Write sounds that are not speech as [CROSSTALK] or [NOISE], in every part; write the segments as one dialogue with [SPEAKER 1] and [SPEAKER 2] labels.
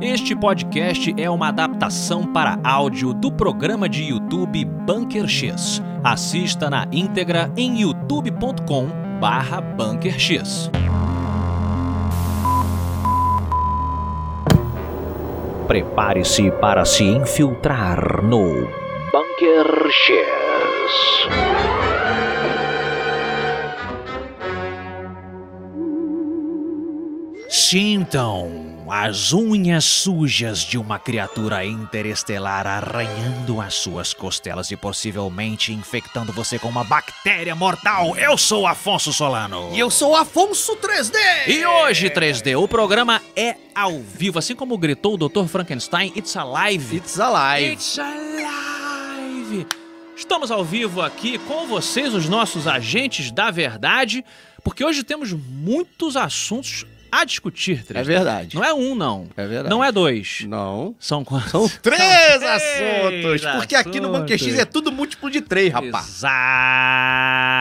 [SPEAKER 1] Este podcast é uma adaptação para áudio do programa de YouTube Bunker X. Assista na íntegra em youtube.com barra Bunker X. Prepare-se para se infiltrar no Bunker X. Sintam as unhas sujas de uma criatura interestelar arranhando as suas costelas e possivelmente infectando você com uma bactéria mortal. Eu sou Afonso Solano.
[SPEAKER 2] E eu sou o Afonso 3D!
[SPEAKER 1] E hoje, 3D, o programa é ao vivo, assim como gritou o Dr. Frankenstein, it's alive.
[SPEAKER 2] It's Alive!
[SPEAKER 1] It's alive! Estamos ao vivo aqui com vocês, os nossos agentes da verdade, porque hoje temos muitos assuntos a discutir,
[SPEAKER 2] É
[SPEAKER 1] Três.
[SPEAKER 2] verdade.
[SPEAKER 1] Não é um, não.
[SPEAKER 2] É verdade.
[SPEAKER 1] Não é dois.
[SPEAKER 2] Não.
[SPEAKER 1] São quantos?
[SPEAKER 2] São três assuntos! Porque aqui no Bunker X
[SPEAKER 1] assuntos.
[SPEAKER 2] é tudo múltiplo de três, rapaz.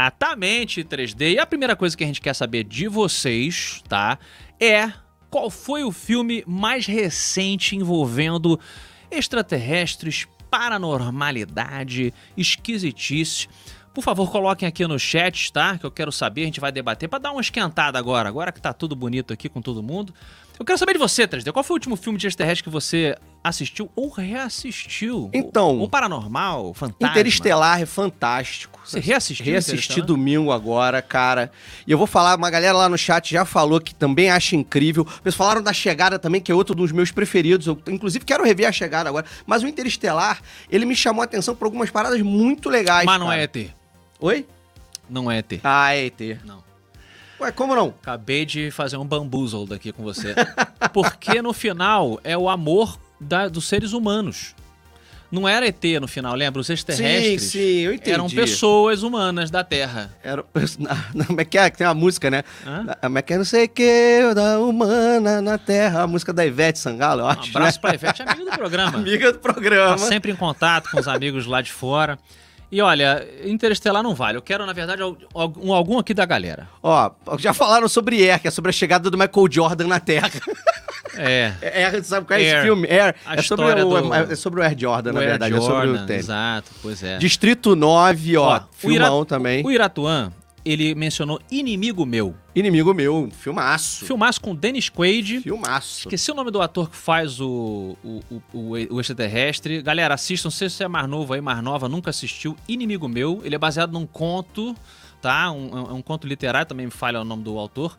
[SPEAKER 1] Exatamente, 3D. E a primeira coisa que a gente quer saber de vocês, tá? É qual foi o filme mais recente envolvendo extraterrestres, paranormalidade, esquisitice. Por favor, coloquem aqui no chat, tá? Que eu quero saber, a gente vai debater pra dar uma esquentada agora, agora que tá tudo bonito aqui com todo mundo. Eu quero saber de você, 3D. Qual foi o último filme de extraterrestre que você assistiu ou reassistiu?
[SPEAKER 2] Então-
[SPEAKER 1] ou paranormal, fantasma.
[SPEAKER 2] Interestelar é fantástico.
[SPEAKER 1] Você reassistiu?
[SPEAKER 2] Reassisti
[SPEAKER 1] Interestelar?
[SPEAKER 2] domingo agora, cara. E eu vou falar, uma galera lá no chat já falou que também acha incrível. Vocês falaram da Chegada também, que é outro dos meus preferidos. Eu, inclusive, quero rever a Chegada agora. Mas o Interestelar, ele me chamou a atenção por algumas paradas muito legais.
[SPEAKER 1] Mas não
[SPEAKER 2] cara.
[SPEAKER 1] é ET.
[SPEAKER 2] Oi?
[SPEAKER 1] Não é ET.
[SPEAKER 2] Ah, é ET.
[SPEAKER 1] Não.
[SPEAKER 2] Ué, como não?
[SPEAKER 1] Acabei de fazer um bamboozle daqui com você. [LAUGHS] Porque no final é o amor da- dos seres humanos. Não era ET no final, lembra? Os
[SPEAKER 2] Sim,
[SPEAKER 1] extraterrestres
[SPEAKER 2] sim, eu entendi.
[SPEAKER 1] eram pessoas humanas da Terra.
[SPEAKER 2] Era, [LAUGHS] não, como é que é? Que Tem uma música, né?
[SPEAKER 1] Hã?
[SPEAKER 2] Na- Como é que é? Não sei o que, da humana na terra. A música da Ivete Sangalo, eu
[SPEAKER 1] Um
[SPEAKER 2] acho.
[SPEAKER 1] abraço pra Ivete, amiga do
[SPEAKER 2] né?
[SPEAKER 1] programa.
[SPEAKER 2] Amiga do
[SPEAKER 1] Tá
[SPEAKER 2] programa.
[SPEAKER 1] sempre em contato com os amigos lá de fora. E olha, Interestelar não vale. Eu quero, na verdade, al- algum algum aqui da galera.
[SPEAKER 2] Ó, já falaram sobre Air, que é sobre a chegada do Michael Jordan na Terra. [LAUGHS]
[SPEAKER 1] É.
[SPEAKER 2] Air, sabe qual é
[SPEAKER 1] Air.
[SPEAKER 2] esse filme? Air.
[SPEAKER 1] A
[SPEAKER 2] é, sobre
[SPEAKER 1] história
[SPEAKER 2] o,
[SPEAKER 1] do-
[SPEAKER 2] é sobre o Air Jordan, na
[SPEAKER 1] Air
[SPEAKER 2] verdade. é sobre
[SPEAKER 1] Jordan,
[SPEAKER 2] o tênis.
[SPEAKER 1] Exato, pois é.
[SPEAKER 2] Distrito 9, ó.
[SPEAKER 1] Ó, o
[SPEAKER 2] filmão
[SPEAKER 1] Ira-
[SPEAKER 2] também.
[SPEAKER 1] O Iratuan, ele mencionou Inimigo Meu.
[SPEAKER 2] Inimigo meu, filmaço.
[SPEAKER 1] Filmaço com Dennis Quaid.
[SPEAKER 2] Filmaço.
[SPEAKER 1] Esqueci o nome do ator que faz o, o, o, o- o extraterrestre. Galera, assistam. Se você é mais novo aí, mais nova, nunca assistiu. Inimigo Meu. Ele é baseado num conto, tá? Um, é um conto literário, também me falha o nome do autor.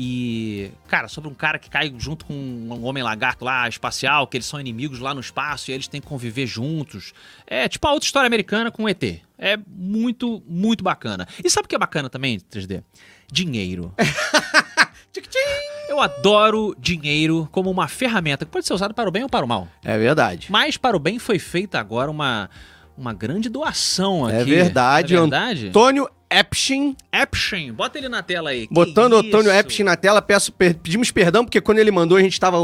[SPEAKER 1] E, cara, sobre um cara que cai junto com um homem lagarto lá, espacial, que eles são inimigos lá no espaço e eles têm que conviver juntos. É tipo a outra história americana com ET. É muito, muito bacana. E sabe o que é bacana também, 3D? Dinheiro. Eu adoro dinheiro como uma ferramenta que pode ser usada para o bem ou para o mal.
[SPEAKER 2] É verdade.
[SPEAKER 1] Mas para o bem foi feita agora uma, uma grande doação aqui.
[SPEAKER 2] É verdade,
[SPEAKER 1] É verdade?
[SPEAKER 2] Antônio Epstein
[SPEAKER 1] Epstein, bota ele na tela aí. Que
[SPEAKER 2] Botando o
[SPEAKER 1] isso?
[SPEAKER 2] Antônio Epstein na tela, peço, per- pedimos perdão, porque quando ele mandou a gente estava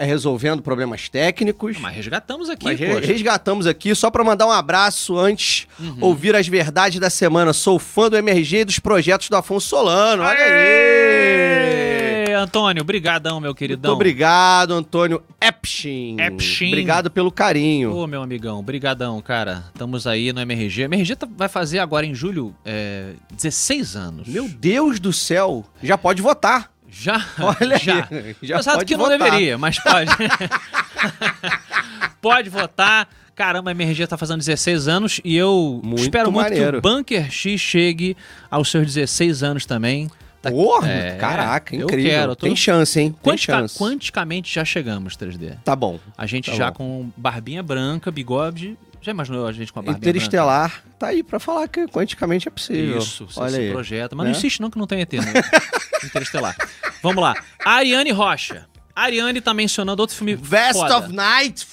[SPEAKER 2] resolvendo problemas técnicos.
[SPEAKER 1] Mas resgatamos aqui,
[SPEAKER 2] Mas re-
[SPEAKER 1] poxa.
[SPEAKER 2] resgatamos aqui, só para mandar um abraço antes,
[SPEAKER 1] Uhum.
[SPEAKER 2] ouvir as verdades da semana. Sou fã do MRG e dos projetos do Afonso Solano. Olha aí!
[SPEAKER 1] Ê, Antônio, brigadão, meu
[SPEAKER 2] Muito
[SPEAKER 1] queridão.
[SPEAKER 2] obrigado, Antônio Epstein.
[SPEAKER 1] Epstein.
[SPEAKER 2] Obrigado pelo carinho.
[SPEAKER 1] Ô, meu amigão, brigadão, cara. Estamos aí no MRG. MRG tá- vai fazer agora em julho é, 16 anos.
[SPEAKER 2] Meu Deus do céu, já pode votar.
[SPEAKER 1] Já,
[SPEAKER 2] Olha
[SPEAKER 1] já.
[SPEAKER 2] aí.
[SPEAKER 1] Apesar de que não deveria, mas pode. [LAUGHS] pode votar. Caramba, a MRG tá fazendo 16 anos e eu
[SPEAKER 2] Muito
[SPEAKER 1] espero muito que
[SPEAKER 2] maneiro.
[SPEAKER 1] o Bunker X chegue aos seus 16 anos também. Tá-
[SPEAKER 2] Porra,
[SPEAKER 1] É,
[SPEAKER 2] caraca,
[SPEAKER 1] eu
[SPEAKER 2] incrível.
[SPEAKER 1] quero, eu tô- tá
[SPEAKER 2] Tem chance, hein? Tem
[SPEAKER 1] Quantica-
[SPEAKER 2] chance.
[SPEAKER 1] Quanticamente já chegamos, 3D.
[SPEAKER 2] Tá bom.
[SPEAKER 1] A gente
[SPEAKER 2] Tá
[SPEAKER 1] já
[SPEAKER 2] bom.
[SPEAKER 1] com barbinha branca, bigode. Já imaginou a gente com a barbinha
[SPEAKER 2] Interestelar tá aí pra falar que quanticamente é possível.
[SPEAKER 1] branca? Isso, você
[SPEAKER 2] Olha
[SPEAKER 1] se
[SPEAKER 2] aí.
[SPEAKER 1] projeta. Mas
[SPEAKER 2] né?
[SPEAKER 1] não insiste não que não tem ET, né? [LAUGHS] Interestelar. Vamos lá. Ariane Rocha. Ariane tá mencionando outro filme
[SPEAKER 2] Vest
[SPEAKER 1] foda.
[SPEAKER 2] of Night,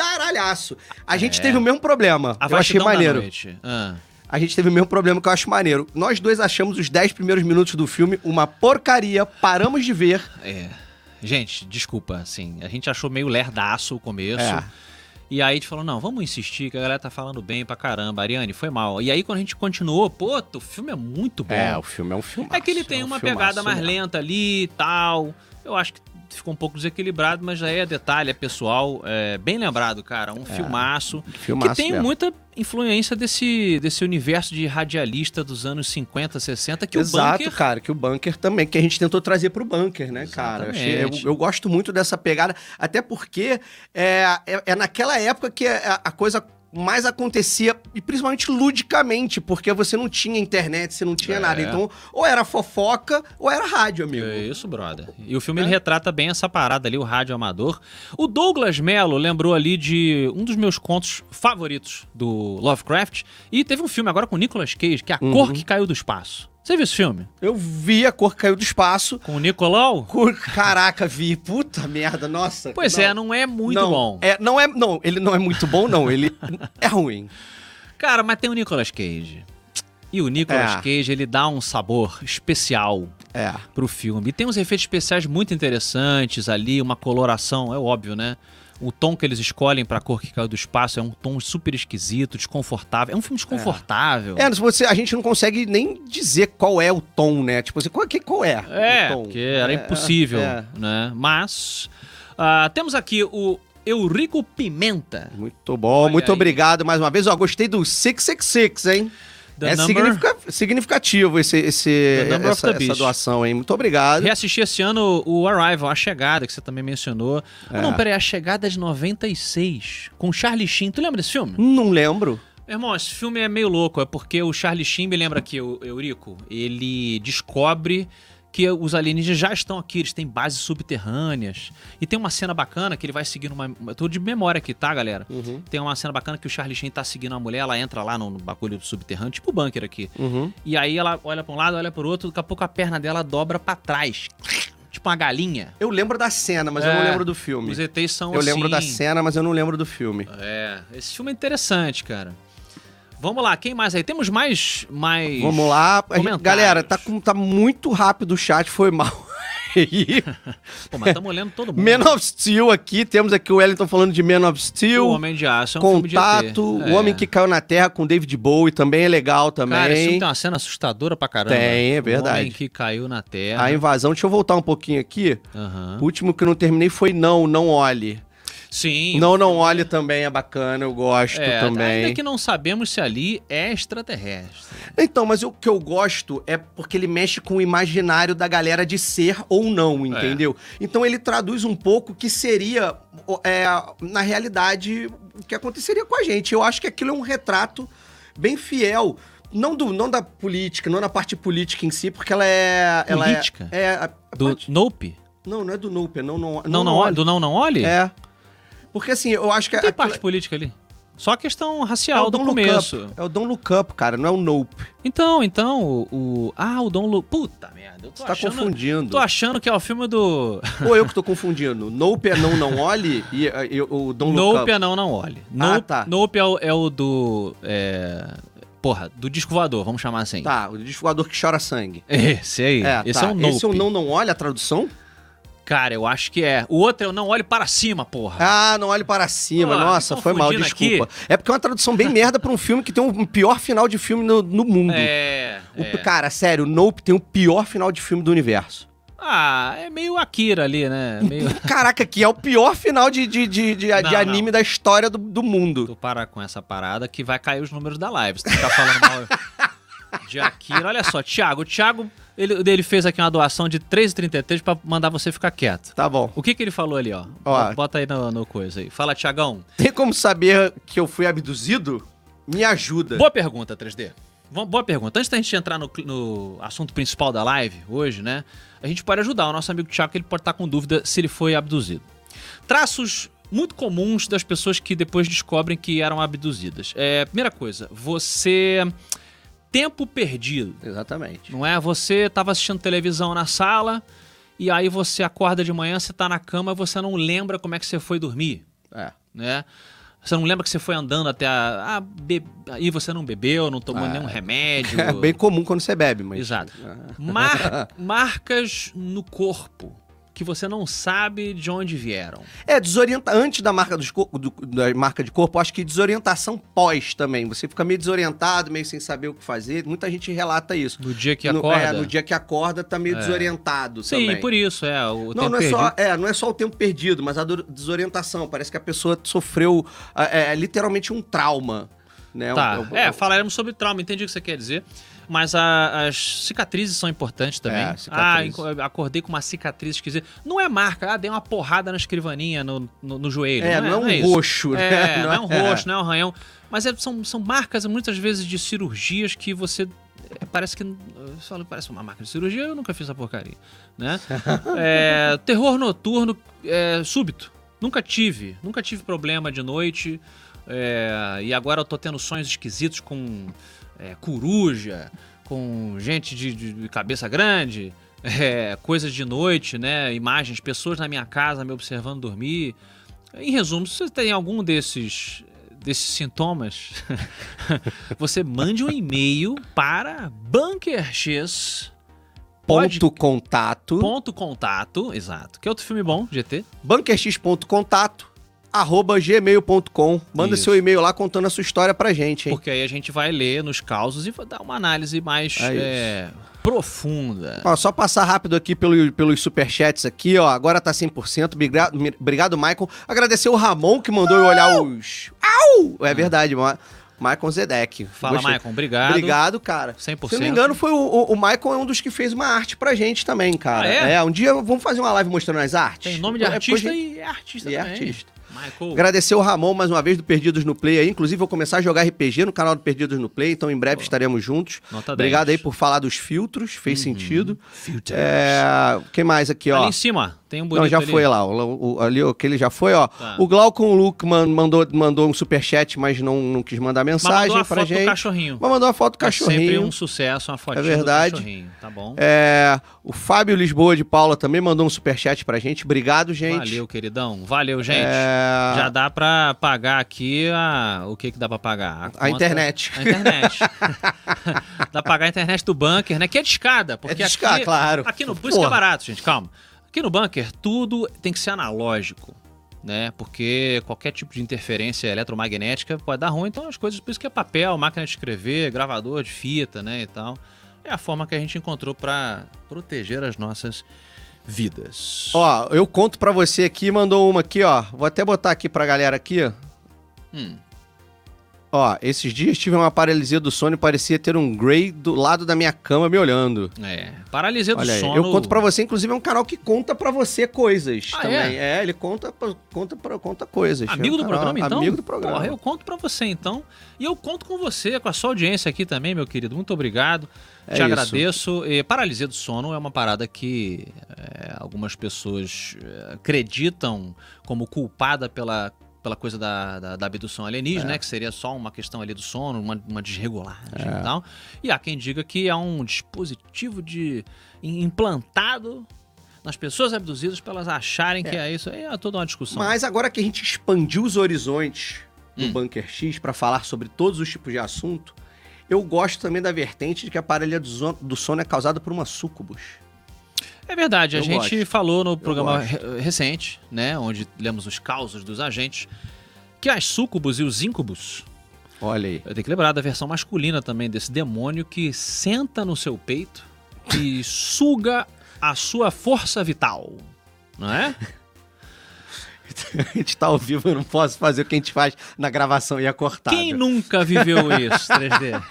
[SPEAKER 2] fodaralhaço. A gente teve o mesmo problema.
[SPEAKER 1] A
[SPEAKER 2] eu achei
[SPEAKER 1] Vastidão da
[SPEAKER 2] maneiro.
[SPEAKER 1] Noite. Ah.
[SPEAKER 2] A gente teve o mesmo problema que eu acho maneiro. Nós dois achamos os 10 primeiros minutos do filme uma porcaria, paramos de ver.
[SPEAKER 1] É. Gente, desculpa, assim, a gente achou meio lerdaço o começo.
[SPEAKER 2] É.
[SPEAKER 1] E aí a gente falou, não, vamos insistir, que a galera tá falando bem pra caramba. Ariane, foi mal. E aí quando a gente continuou, pô, o filme é muito bom.
[SPEAKER 2] filme é um filme.
[SPEAKER 1] É que ele tem uma pegada mais lenta ali e tal. Eu acho que ficou um pouco desequilibrado, mas já é detalhe, é pessoal. É, bem lembrado, cara. Um filmaço.
[SPEAKER 2] É. Filmaço
[SPEAKER 1] que tem
[SPEAKER 2] mesmo.
[SPEAKER 1] muita influência desse, desse universo de radialista dos anos 50, 60, que o
[SPEAKER 2] Exato,
[SPEAKER 1] Bunker
[SPEAKER 2] cara, que o bunker também, que a gente tentou trazer pro bunker, né, cara? Eu, achei- eu,
[SPEAKER 1] Exatamente.
[SPEAKER 2] eu gosto muito dessa pegada, até porque é, é, é naquela época que a, a coisa mais acontecia, e principalmente ludicamente, porque você não tinha internet, você não tinha
[SPEAKER 1] É.
[SPEAKER 2] nada. Então, ou era fofoca, ou era rádio, amigo.
[SPEAKER 1] É isso, brother. E o filme
[SPEAKER 2] É.
[SPEAKER 1] ele retrata bem essa parada ali, o rádio amador. O Douglas Mello lembrou ali de um dos meus contos favoritos do Lovecraft. E teve um filme agora com o Nicolas Cage, que é A
[SPEAKER 2] Uhum.
[SPEAKER 1] Cor que Caiu do Espaço. Você viu esse filme?
[SPEAKER 2] Eu vi a cor que caiu do espaço.
[SPEAKER 1] Com o Nicolau?
[SPEAKER 2] Cor- Caraca, vi. Puta merda, nossa.
[SPEAKER 1] Pois é, não é muito
[SPEAKER 2] não,
[SPEAKER 1] bom.
[SPEAKER 2] É, não é, não, ele não é muito bom, não. Ele é ruim.
[SPEAKER 1] Cara, mas tem o Nicolas Cage. E o Nicolas
[SPEAKER 2] É.
[SPEAKER 1] Cage, ele dá um sabor especial
[SPEAKER 2] É.
[SPEAKER 1] pro filme. E tem uns efeitos especiais muito interessantes ali, uma coloração, é óbvio, né? O tom que eles escolhem pra cor que caiu do espaço é um tom super esquisito, desconfortável. É um filme desconfortável.
[SPEAKER 2] É, mas você, a gente não consegue nem dizer qual é o tom, né? Tipo assim, qual, que- qual é,
[SPEAKER 1] É,
[SPEAKER 2] o tom?
[SPEAKER 1] porque era
[SPEAKER 2] É,
[SPEAKER 1] impossível,
[SPEAKER 2] é.
[SPEAKER 1] né? Mas ah, temos aqui o Eurico Pimenta.
[SPEAKER 2] é. Muito bom,
[SPEAKER 1] Olha
[SPEAKER 2] muito
[SPEAKER 1] aí.
[SPEAKER 2] obrigado mais uma vez. Ó, gostei do 666, hein?
[SPEAKER 1] The
[SPEAKER 2] é
[SPEAKER 1] Number.
[SPEAKER 2] significa- significativo esse,
[SPEAKER 1] The
[SPEAKER 2] esse-
[SPEAKER 1] number
[SPEAKER 2] essa,
[SPEAKER 1] of the
[SPEAKER 2] essa
[SPEAKER 1] beast.
[SPEAKER 2] doação, hein? Muito obrigado.
[SPEAKER 1] Reassisti esse ano o Arrival, A Chegada, que você também mencionou. Ah, não, peraí, A Chegada é de 96, com Charlie Sheen. Tu lembra desse filme?
[SPEAKER 2] Não lembro.
[SPEAKER 1] Meu Irmão, esse filme é meio louco, é porque o Charlie Sheen, me lembra que o Eurico, ele descobre que os alienígenas já estão aqui, eles têm bases subterrâneas. E tem uma cena bacana que ele vai seguindo uma. Eu tô de memória aqui, tá, galera?
[SPEAKER 2] Uhum,
[SPEAKER 1] Tem uma cena bacana que o Charlie Sheen tá seguindo uma mulher, ela entra lá no, no bagulho subterrâneo, tipo o bunker aqui.
[SPEAKER 2] uhum.
[SPEAKER 1] E aí ela olha pra um lado, olha pro outro, daqui a pouco a perna dela dobra pra trás. Tipo uma galinha.
[SPEAKER 2] Eu lembro da cena, mas eu
[SPEAKER 1] É,
[SPEAKER 2] não lembro do filme.
[SPEAKER 1] Os ETs são
[SPEAKER 2] Eu
[SPEAKER 1] assim.
[SPEAKER 2] lembro da cena, mas eu não lembro do filme.
[SPEAKER 1] É, esse filme é interessante, cara. Vamos lá, quem mais aí? Temos mais. mais...
[SPEAKER 2] Vamos lá. A gente-
[SPEAKER 1] Comentários.
[SPEAKER 2] galera, tá, com- tá muito rápido o chat, foi mal. [LAUGHS] aí.
[SPEAKER 1] Pô, mas estamos olhando todo mundo.
[SPEAKER 2] Man of Steel aqui, temos aqui o Wellington falando de Man of Steel.
[SPEAKER 1] O Homem de Aço é um filme de ET.
[SPEAKER 2] Contato,
[SPEAKER 1] É.
[SPEAKER 2] O Homem que Caiu na Terra com David Bowie também é legal também.
[SPEAKER 1] Cara, tá esse filme tem uma cena assustadora pra caramba.
[SPEAKER 2] Tem, é
[SPEAKER 1] O
[SPEAKER 2] verdade.
[SPEAKER 1] Homem que caiu na Terra.
[SPEAKER 2] A invasão, deixa eu voltar um pouquinho aqui.
[SPEAKER 1] Aham.
[SPEAKER 2] O último que eu não terminei foi Não, Não Olhe.
[SPEAKER 1] Sim.
[SPEAKER 2] Não, Não Olhe também é bacana, eu gosto
[SPEAKER 1] É,
[SPEAKER 2] também.
[SPEAKER 1] Ainda que não sabemos se ali é extraterrestre.
[SPEAKER 2] Então, mas o que eu gosto é porque ele mexe com o imaginário da galera de ser ou não,
[SPEAKER 1] É.
[SPEAKER 2] entendeu? Então ele traduz um pouco o que seria, o- é, na realidade, o que aconteceria com a gente. Eu acho que aquilo é um retrato bem fiel. Não, do, não da política, não da parte política em si, porque ela é. ela é-
[SPEAKER 1] Política?
[SPEAKER 2] é, a- a
[SPEAKER 1] Do
[SPEAKER 2] parte-
[SPEAKER 1] Nope?
[SPEAKER 2] não, não é do Nope, é não, não,
[SPEAKER 1] Não, não, olhe. Do Não Não Olhe?
[SPEAKER 2] É. Porque assim, eu acho que.
[SPEAKER 1] Não tem
[SPEAKER 2] aquilo-
[SPEAKER 1] parte política ali. Só a questão
[SPEAKER 2] é
[SPEAKER 1] racial
[SPEAKER 2] o
[SPEAKER 1] do
[SPEAKER 2] Don't Look
[SPEAKER 1] começo.
[SPEAKER 2] Up. É o Don't Look Up, cara, não é o Nope.
[SPEAKER 1] Então, então, o, o- Ah, o Dom Lu... Puta merda, eu tô
[SPEAKER 2] Você tá
[SPEAKER 1] achando...
[SPEAKER 2] confundindo.
[SPEAKER 1] Tô achando que é o filme do...
[SPEAKER 2] Ou eu que tô confundindo. Nope é não, não olhe e, eh, eu- o Don't Look
[SPEAKER 1] [LAUGHS] Nope
[SPEAKER 2] Up.
[SPEAKER 1] é não, não olhe. Nope,
[SPEAKER 2] tá.
[SPEAKER 1] Nope é o, é o do... é, Porra, do disco voador, vamos chamar assim.
[SPEAKER 2] Tá, o desfogador que chora sangue.
[SPEAKER 1] Esse aí. esse é
[SPEAKER 2] tá.
[SPEAKER 1] o Nope.
[SPEAKER 2] Esse é o não, não olhe, a tradução?
[SPEAKER 1] Cara, eu acho que é. O outro é o Não Olhe Para Cima, porra.
[SPEAKER 2] Ah, não olhe para cima.
[SPEAKER 1] Pô,
[SPEAKER 2] Nossa,
[SPEAKER 1] me
[SPEAKER 2] foi mal,
[SPEAKER 1] confundindo aqui.
[SPEAKER 2] desculpa. É porque é uma tradução bem merda pra um filme que tem um pior final de filme no, no mundo.
[SPEAKER 1] É,
[SPEAKER 2] O-
[SPEAKER 1] é.
[SPEAKER 2] Cara, sério, o Nope tem o pior final de filme do universo.
[SPEAKER 1] Ah, é meio Akira ali, né? Meio...
[SPEAKER 2] [LAUGHS] Caraca, que é o pior final de, de, de, de-
[SPEAKER 1] Não,
[SPEAKER 2] de anime da história do, do mundo.
[SPEAKER 1] Tu parar com essa parada que vai cair os números da live. Você tá falando mal de Akira. Olha só, Thiago. O Thiago, ele, ele fez aqui uma doação de 3,33 pra mandar você ficar quieto.
[SPEAKER 2] Tá bom.
[SPEAKER 1] O que que ele falou ali, ó?
[SPEAKER 2] Ó.
[SPEAKER 1] Bota aí no, no coisa aí. Fala, Thiagão.
[SPEAKER 2] Tem como saber que eu fui abduzido? Me ajuda.
[SPEAKER 1] Boa pergunta, 3D. Vam- Boa pergunta. Antes da gente entrar no, cli- no assunto principal da live hoje, né? A gente pode ajudar o nosso amigo Thiago, que ele pode estar com dúvida se ele foi abduzido. Traços muito comuns das pessoas que depois descobrem que eram abduzidas. É, primeira coisa, você. Tempo perdido.
[SPEAKER 2] Exatamente.
[SPEAKER 1] Não é? Você tava assistindo televisão na sala e aí você acorda de manhã, você tá na cama e você não lembra como é que você foi dormir
[SPEAKER 2] É.
[SPEAKER 1] né? Você não lembra que você foi andando até a. ah, be- Aí você não bebeu, não tomou
[SPEAKER 2] Ah.
[SPEAKER 1] nenhum remédio.
[SPEAKER 2] [LAUGHS] É [LAUGHS] Ah. bem comum quando você bebe, mas. [LAUGHS]
[SPEAKER 1] Exato.
[SPEAKER 2] Ah.
[SPEAKER 1] Mar- Marcas no corpo. que você não sabe de onde vieram.
[SPEAKER 2] É, desorienta antes da marca, dos cor- do- da marca de corpo, acho que desorientação pós também. Você fica meio desorientado, meio sem saber o que fazer. Muita gente relata isso.
[SPEAKER 1] No dia que
[SPEAKER 2] No-
[SPEAKER 1] acorda.
[SPEAKER 2] é, no dia que acorda, tá meio
[SPEAKER 1] É.
[SPEAKER 2] desorientado
[SPEAKER 1] Sim,
[SPEAKER 2] também.
[SPEAKER 1] por isso, é. O
[SPEAKER 2] Não,
[SPEAKER 1] tempo
[SPEAKER 2] não é,
[SPEAKER 1] perdido.
[SPEAKER 2] só, é, não é só o tempo perdido, mas a do- desorientação. Parece que a pessoa sofreu ah, é, literalmente um trauma. Né?
[SPEAKER 1] Tá.
[SPEAKER 2] Um- um-
[SPEAKER 1] é, falaremos sobre trauma, entendi o que você quer dizer. Mas a- as cicatrizes são importantes também.
[SPEAKER 2] É,
[SPEAKER 1] ah,
[SPEAKER 2] cicatriz.
[SPEAKER 1] enco- acordei com uma cicatriz esquisita. Não é marca, ah, dei uma porrada na escrivaninha no, no, no joelho.
[SPEAKER 2] É, não é um
[SPEAKER 1] isso.
[SPEAKER 2] roxo, né? [LAUGHS]
[SPEAKER 1] É, não é um roxo, não é um arranhão. Mas é- são, são marcas, muitas vezes, de cirurgias que você. é, Parece que. eu falo, Parece uma marca de cirurgia, eu nunca fiz essa porcaria. Né? É, terror noturno é, súbito. Nunca tive. Nunca tive problema de noite. é, e agora eu tô tendo sonhos esquisitos com é, coruja, com gente de, de- de cabeça grande, é, coisas de noite, né? Imagens, pessoas na minha casa me observando dormir. Em resumo, se você tem algum desses, desses sintomas, [LAUGHS] você mande um e-mail para bunkerx.
[SPEAKER 2] Ponto contato.
[SPEAKER 1] Ponto contato, exato. Que é outro filme bom, GT?
[SPEAKER 2] bunkerx.contato arroba gmail.com. Manda
[SPEAKER 1] Isso.
[SPEAKER 2] seu e-mail lá contando a sua história pra gente, hein?
[SPEAKER 1] Porque aí a gente vai ler nos causos e vai dar uma análise mais
[SPEAKER 2] É isso.
[SPEAKER 1] é, profunda.
[SPEAKER 2] Ó, só passar rápido aqui pelo, pelos superchats aqui, ó. Agora tá 100%. Obrigado, mi- obrigado Michael. Agradecer o Ramon que mandou eu olhar os... Au! É verdade, Ma Michael Zedek.
[SPEAKER 1] Ah. Fala,
[SPEAKER 2] Gostei.
[SPEAKER 1] Maicon, obrigado.
[SPEAKER 2] Obrigado, cara.
[SPEAKER 1] 100%.
[SPEAKER 2] Se eu não me engano, foi o, o, o Michael é um dos que fez uma arte pra gente também, cara.
[SPEAKER 1] Ah, é?
[SPEAKER 2] um dia vamos fazer uma live mostrando as artes.
[SPEAKER 1] Tem nome de
[SPEAKER 2] É, depois
[SPEAKER 1] artista
[SPEAKER 2] a gente-
[SPEAKER 1] e é artista
[SPEAKER 2] e é
[SPEAKER 1] também.
[SPEAKER 2] artista.
[SPEAKER 1] Michael.
[SPEAKER 2] Agradecer o Ramon mais uma vez do Perdidos no Play aí. Inclusive, vou começar a jogar RPG no canal do Perdidos no Play, então em breve
[SPEAKER 1] Boa.
[SPEAKER 2] estaremos juntos.
[SPEAKER 1] Nota 10.
[SPEAKER 2] Obrigado aí por falar dos filtros, fez sentido.
[SPEAKER 1] Filters.
[SPEAKER 2] É, quem mais aqui, ó?
[SPEAKER 1] Uhum. Tá Ali em cima, tem um bonito
[SPEAKER 2] Não, já
[SPEAKER 1] ali.
[SPEAKER 2] foi lá. O, o, ali, aquele já foi, ó.
[SPEAKER 1] Tá.
[SPEAKER 2] O Glaucon Luckman mandou, mandou um superchat, mas não, não quis mandar
[SPEAKER 1] Mas mandou
[SPEAKER 2] mensagem
[SPEAKER 1] a
[SPEAKER 2] pra
[SPEAKER 1] foto do
[SPEAKER 2] gente.
[SPEAKER 1] cachorrinho.
[SPEAKER 2] Mas mandou uma foto do
[SPEAKER 1] É sempre
[SPEAKER 2] cachorrinho.
[SPEAKER 1] um sucesso, uma fotinha
[SPEAKER 2] verdade.
[SPEAKER 1] do cachorrinho. Tá bom?
[SPEAKER 2] É, o Fábio Lisboa de Paula também mandou um superchat pra gente. Obrigado, É, gente.
[SPEAKER 1] Valeu, queridão. Valeu, gente.
[SPEAKER 2] É,
[SPEAKER 1] Já dá pra pagar aqui a... o que que dá pra pagar?
[SPEAKER 2] A internet.
[SPEAKER 1] A
[SPEAKER 2] [LAUGHS]
[SPEAKER 1] internet. [LAUGHS] dá pra pagar a internet do bunker, né? Que é discada. Porque
[SPEAKER 2] É discar,
[SPEAKER 1] aqui,
[SPEAKER 2] claro. [LAUGHS]
[SPEAKER 1] Aqui no... Por isso que é
[SPEAKER 2] Porra.
[SPEAKER 1] barato, gente. Calma. Aqui no bunker, tudo tem que ser analógico. Né? Porque qualquer tipo de interferência eletromagnética pode dar ruim, então as coisas, por isso que é papel, máquina de escrever, gravador de fita, né? E tal. É a forma que a gente encontrou pra proteger as nossas vidas.
[SPEAKER 2] Ó, eu conto pra você aqui, mandou uma aqui, ó. Vou até botar aqui pra galera aqui.
[SPEAKER 1] Hum.
[SPEAKER 2] Ó, esses dias tive uma paralisia do sono e parecia ter um Grey do lado da minha cama me olhando.
[SPEAKER 1] É. Paralisia do
[SPEAKER 2] Olha aí,
[SPEAKER 1] sono.
[SPEAKER 2] eu conto pra você, inclusive é um canal que conta pra você coisas
[SPEAKER 1] Ah,
[SPEAKER 2] também. É, ele conta, pra- conta, pra- conta coisas.
[SPEAKER 1] Amigo
[SPEAKER 2] É um
[SPEAKER 1] do
[SPEAKER 2] canal-
[SPEAKER 1] programa, então?
[SPEAKER 2] Amigo do programa.
[SPEAKER 1] Porra, eu conto pra você, então. E eu conto com você, com a sua audiência aqui também, meu querido. Muito obrigado.
[SPEAKER 2] É
[SPEAKER 1] Te
[SPEAKER 2] isso.
[SPEAKER 1] agradeço. E paralisia do sono é uma parada que é, algumas pessoas é, acreditam como culpada pela, pela coisa da, da, da abdução
[SPEAKER 2] É.
[SPEAKER 1] alienígena, né? Que seria só uma questão ali do sono, uma, uma desregulagem
[SPEAKER 2] É.
[SPEAKER 1] e tal. E há quem diga que é um dispositivo de im- implantado nas pessoas abduzidas para elas acharem que é isso. É toda uma discussão.
[SPEAKER 2] Mas agora que a gente expandiu os horizontes do
[SPEAKER 1] Hum.
[SPEAKER 2] Bunker X pra falar sobre todos os tipos de assunto, eu gosto também da vertente de que a paralisia do zo- do sono é causada por uma sucubus.
[SPEAKER 1] É verdade, a
[SPEAKER 2] Eu
[SPEAKER 1] gente
[SPEAKER 2] gosto.
[SPEAKER 1] falou no programa
[SPEAKER 2] gosto.
[SPEAKER 1] re- recente, né, onde lemos os causos dos agentes, que as súcubos e os íncubos,
[SPEAKER 2] Olha aí. [LAUGHS]
[SPEAKER 1] eu tenho que lembrar da versão masculina também desse demônio que senta no seu peito e suga a sua força vital, não é?
[SPEAKER 2] a gente tá ao vivo, eu não posso fazer o que a gente faz na gravação ia cortar.
[SPEAKER 1] Quem nunca viveu isso,
[SPEAKER 2] [LAUGHS]
[SPEAKER 1] 3D?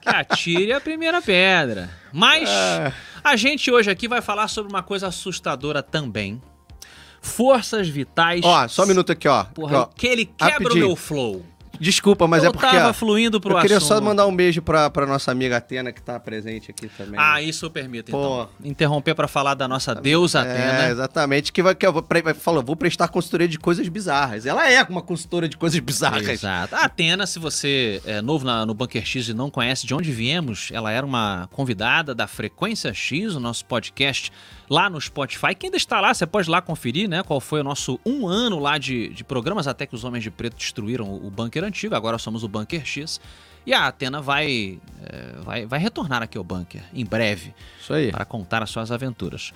[SPEAKER 1] que atire a primeira pedra. Mas
[SPEAKER 2] Ah.
[SPEAKER 1] a gente hoje aqui vai falar sobre uma coisa assustadora também. Forças vitais.
[SPEAKER 2] Ó, só um minuto aqui, ó.
[SPEAKER 1] Porra,
[SPEAKER 2] Ó,
[SPEAKER 1] que ele quebra
[SPEAKER 2] rapidinho.
[SPEAKER 1] o meu flow.
[SPEAKER 2] Desculpa, mas
[SPEAKER 1] eu
[SPEAKER 2] é porque.
[SPEAKER 1] tava
[SPEAKER 2] ó,
[SPEAKER 1] fluindo pro
[SPEAKER 2] eu queria
[SPEAKER 1] assunto.
[SPEAKER 2] só mandar um beijo pra, pra nossa amiga Atena, que tá presente aqui também.
[SPEAKER 1] Ah, isso eu permito,
[SPEAKER 2] Pô.
[SPEAKER 1] então. Interromper pra falar da nossa deusa
[SPEAKER 2] É,
[SPEAKER 1] Atena.
[SPEAKER 2] exatamente. Que, vai, que eu vou, pre- falou, vou prestar consultoria de coisas bizarras. Ela é uma consultora de coisas bizarras.
[SPEAKER 1] Exato. A Atena, se você é novo na- no Bunker X e não conhece de onde viemos, ela era uma convidada da Frequência X, o nosso podcast lá no Spotify. Quem ainda está lá, você pode lá conferir, né? Qual foi o nosso um ano lá de, de programas, até que os Homens de Preto destruíram o, o bunker antigo, agora somos o Bunker X. E a Atena vai, é, vai, vai retornar aqui ao bunker em breve
[SPEAKER 2] Isso aí.
[SPEAKER 1] para contar as suas aventuras.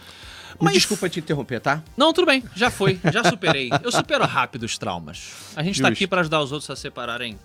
[SPEAKER 2] Me
[SPEAKER 1] Mas-
[SPEAKER 2] desculpa te interromper, tá?
[SPEAKER 1] Não, tudo bem, já foi, já superei. Eu supero rápido os traumas. A gente tá
[SPEAKER 2] Justo.
[SPEAKER 1] aqui para ajudar os outros a separarem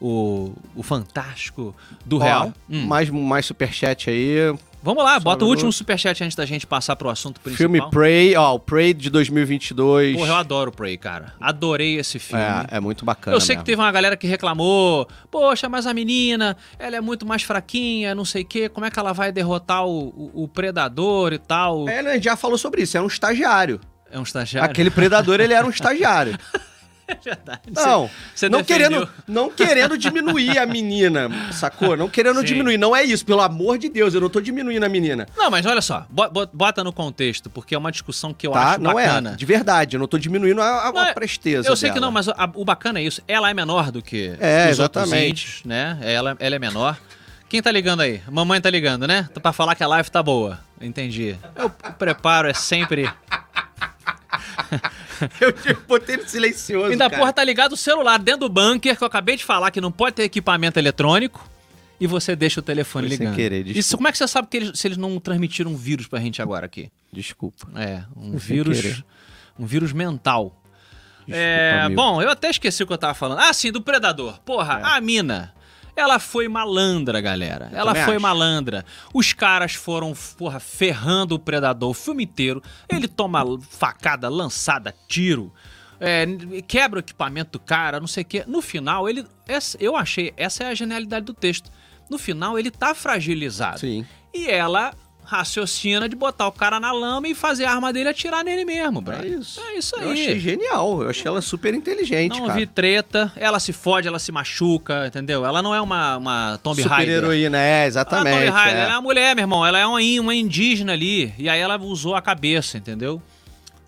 [SPEAKER 1] o, o fantástico do
[SPEAKER 2] Ó,
[SPEAKER 1] real. Hum.
[SPEAKER 2] Mais, mais superchat aí.
[SPEAKER 1] Vamos lá, bota o
[SPEAKER 2] um minuto.
[SPEAKER 1] último superchat antes da gente passar pro assunto principal.
[SPEAKER 2] Filme Prey, ó, o Prey de 2022.
[SPEAKER 1] Porra, eu adoro o Prey, cara. Adorei esse filme.
[SPEAKER 2] é, é muito bacana.
[SPEAKER 1] Eu sei que
[SPEAKER 2] mesmo.
[SPEAKER 1] teve uma galera que reclamou, poxa, mas a menina, ela é muito mais fraquinha, não sei o quê, como é que ela vai derrotar o, o- o predador e tal? É,
[SPEAKER 2] É, né, a gente já falou sobre isso, era um estagiário.
[SPEAKER 1] um estagiário.
[SPEAKER 2] Aquele predador, ele era um estagiário.
[SPEAKER 1] [LAUGHS] É verdade.
[SPEAKER 2] Não,
[SPEAKER 1] você
[SPEAKER 2] não,
[SPEAKER 1] defendeu.
[SPEAKER 2] querendo, não querendo diminuir a menina, sacou? Não querendo
[SPEAKER 1] Sim.
[SPEAKER 2] diminuir, não é isso, pelo amor de Deus, eu não tô diminuindo a menina.
[SPEAKER 1] Não, mas olha só, bo- bo- bota no contexto, porque é uma discussão que eu
[SPEAKER 2] tá?
[SPEAKER 1] acho
[SPEAKER 2] Não é,
[SPEAKER 1] bacana.
[SPEAKER 2] de verdade, eu não tô diminuindo a, a,
[SPEAKER 1] Não, é-
[SPEAKER 2] a presteza
[SPEAKER 1] Eu sei que
[SPEAKER 2] dela.
[SPEAKER 1] não, mas a- o bacana é isso. Ela é menor do que
[SPEAKER 2] É,
[SPEAKER 1] os outros
[SPEAKER 2] exatamente.
[SPEAKER 1] índios, né? Ela, ela é menor. Quem tá ligando aí? Mamãe tá ligando, né? Tá Pra falar que a live tá boa. Entendi. Eu, o preparo é sempre.
[SPEAKER 2] [LAUGHS] Eu te botei no silencioso,
[SPEAKER 1] Ainda
[SPEAKER 2] cara.
[SPEAKER 1] porra tá ligado o celular dentro do bunker, que eu acabei de falar que não pode ter equipamento eletrônico. E você deixa o telefone
[SPEAKER 2] Foi sem
[SPEAKER 1] ligando.
[SPEAKER 2] querer, desculpa.
[SPEAKER 1] Isso, como é que você sabe que eles, se eles não transmitiram um vírus pra gente agora aqui?
[SPEAKER 2] Desculpa.
[SPEAKER 1] É, um
[SPEAKER 2] Sem
[SPEAKER 1] vírus.
[SPEAKER 2] querer.
[SPEAKER 1] Um vírus mental.
[SPEAKER 2] Desculpa,
[SPEAKER 1] É,
[SPEAKER 2] amigo.
[SPEAKER 1] bom, eu até esqueci o que eu tava falando. Ah, sim, do Predador. Porra,
[SPEAKER 2] É.
[SPEAKER 1] a mina. Ela foi malandra, galera.
[SPEAKER 2] Eu
[SPEAKER 1] ela
[SPEAKER 2] também
[SPEAKER 1] foi
[SPEAKER 2] acho.
[SPEAKER 1] malandra. Os caras foram, porra, ferrando o Predador o filme inteiro. Ele toma facada, lançada, tiro. é, quebra o equipamento do cara, não sei o quê. No final, ele. essa- eu achei, essa é a genialidade do texto. No final, ele tá fragilizado.
[SPEAKER 2] Sim.
[SPEAKER 1] E ela raciocina de botar o cara na lama e fazer a arma dele atirar nele mesmo, brother.
[SPEAKER 2] isso.
[SPEAKER 1] É isso aí.
[SPEAKER 2] Eu achei genial, eu achei ela super inteligente,
[SPEAKER 1] Não
[SPEAKER 2] cara.
[SPEAKER 1] vi treta, ela se fode, ela se machuca, entendeu? Ela não é uma, uma Tomb
[SPEAKER 2] super
[SPEAKER 1] Raider.
[SPEAKER 2] heroína, é,
[SPEAKER 1] Ela não é
[SPEAKER 2] exatamente.
[SPEAKER 1] Tomb Raider,
[SPEAKER 2] é.
[SPEAKER 1] ela é uma mulher, meu irmão. Ela é uma, in- uma indígena ali. E aí ela usou a cabeça, entendeu?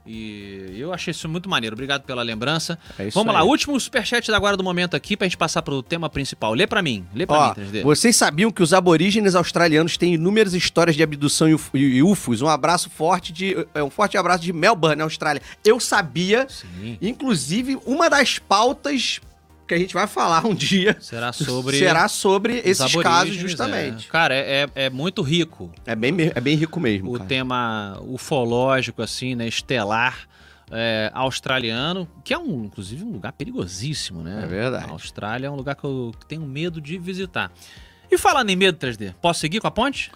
[SPEAKER 1] E eu achei isso muito maneiro. Obrigado pela lembrança.
[SPEAKER 2] É isso
[SPEAKER 1] Vamos lá,
[SPEAKER 2] aí.
[SPEAKER 1] último superchat da agora do momento aqui pra gente passar pro tema principal. Lê pra mim, lê pra
[SPEAKER 2] Ó,
[SPEAKER 1] mim, 3D.
[SPEAKER 2] vocês sabiam que os aborígenes australianos têm inúmeras histórias de abdução e uf- e ufos? Um abraço forte de. é, Um forte abraço de Melbourne, Austrália. Eu sabia.
[SPEAKER 1] Sim.
[SPEAKER 2] Inclusive, uma das pautas que a gente vai falar um dia
[SPEAKER 1] Será [LAUGHS] sobre.
[SPEAKER 2] será sobre
[SPEAKER 1] os
[SPEAKER 2] esses casos,
[SPEAKER 1] aborígenes,
[SPEAKER 2] justamente.
[SPEAKER 1] é. Cara, é- é- é muito rico.
[SPEAKER 2] É, bem, me- é bem rico mesmo.
[SPEAKER 1] o
[SPEAKER 2] cara.
[SPEAKER 1] tema ufológico, assim, né? Estelar é, australiano, que é um, inclusive, um lugar perigosíssimo, né?
[SPEAKER 2] É verdade.
[SPEAKER 1] A Austrália é um lugar que eu tenho medo de visitar. E falando em medo 3D, posso seguir com a ponte?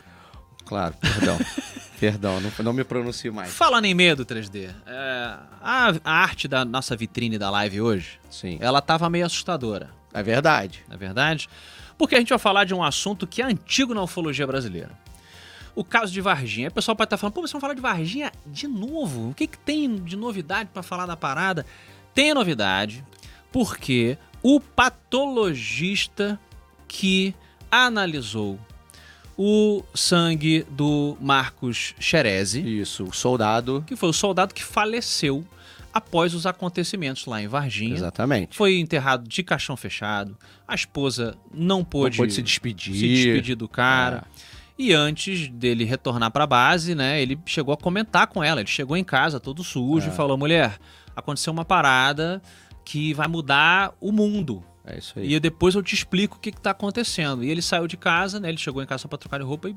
[SPEAKER 2] Claro,
[SPEAKER 1] [LAUGHS]
[SPEAKER 2] perdão. perdão, não, não me pronuncio mais.
[SPEAKER 1] Falando em medo 3D, é, a, a arte da nossa vitrine da live hoje,
[SPEAKER 2] Sim.
[SPEAKER 1] ela tava meio assustadora,
[SPEAKER 2] É verdade.
[SPEAKER 1] na verdade, porque a gente vai falar de um assunto que é antigo na ufologia brasileira. O caso de Varginha. Aí O pessoal pode estar falando, pô, vocês vão falar de Varginha de novo? O que, que tem de novidade pra falar da parada? Tem novidade, porque o patologista que analisou o sangue do Marcos Xerezi,
[SPEAKER 2] Isso, o soldado.
[SPEAKER 1] que foi o soldado que faleceu após os acontecimentos lá em Varginha,
[SPEAKER 2] Exatamente.
[SPEAKER 1] foi enterrado de caixão fechado. A esposa não pôde,
[SPEAKER 2] Não pôde se despedir. É.
[SPEAKER 1] se despedir do cara. E antes dele retornar pra base, né, ele chegou a comentar com ela. Ele chegou em casa todo sujo
[SPEAKER 2] É.
[SPEAKER 1] e falou: mulher, aconteceu uma parada que vai mudar o mundo.
[SPEAKER 2] É, é isso aí.
[SPEAKER 1] E eu- depois eu te explico o que, que tá acontecendo. E ele saiu de casa, né? Ele chegou em casa só pra trocar de roupa e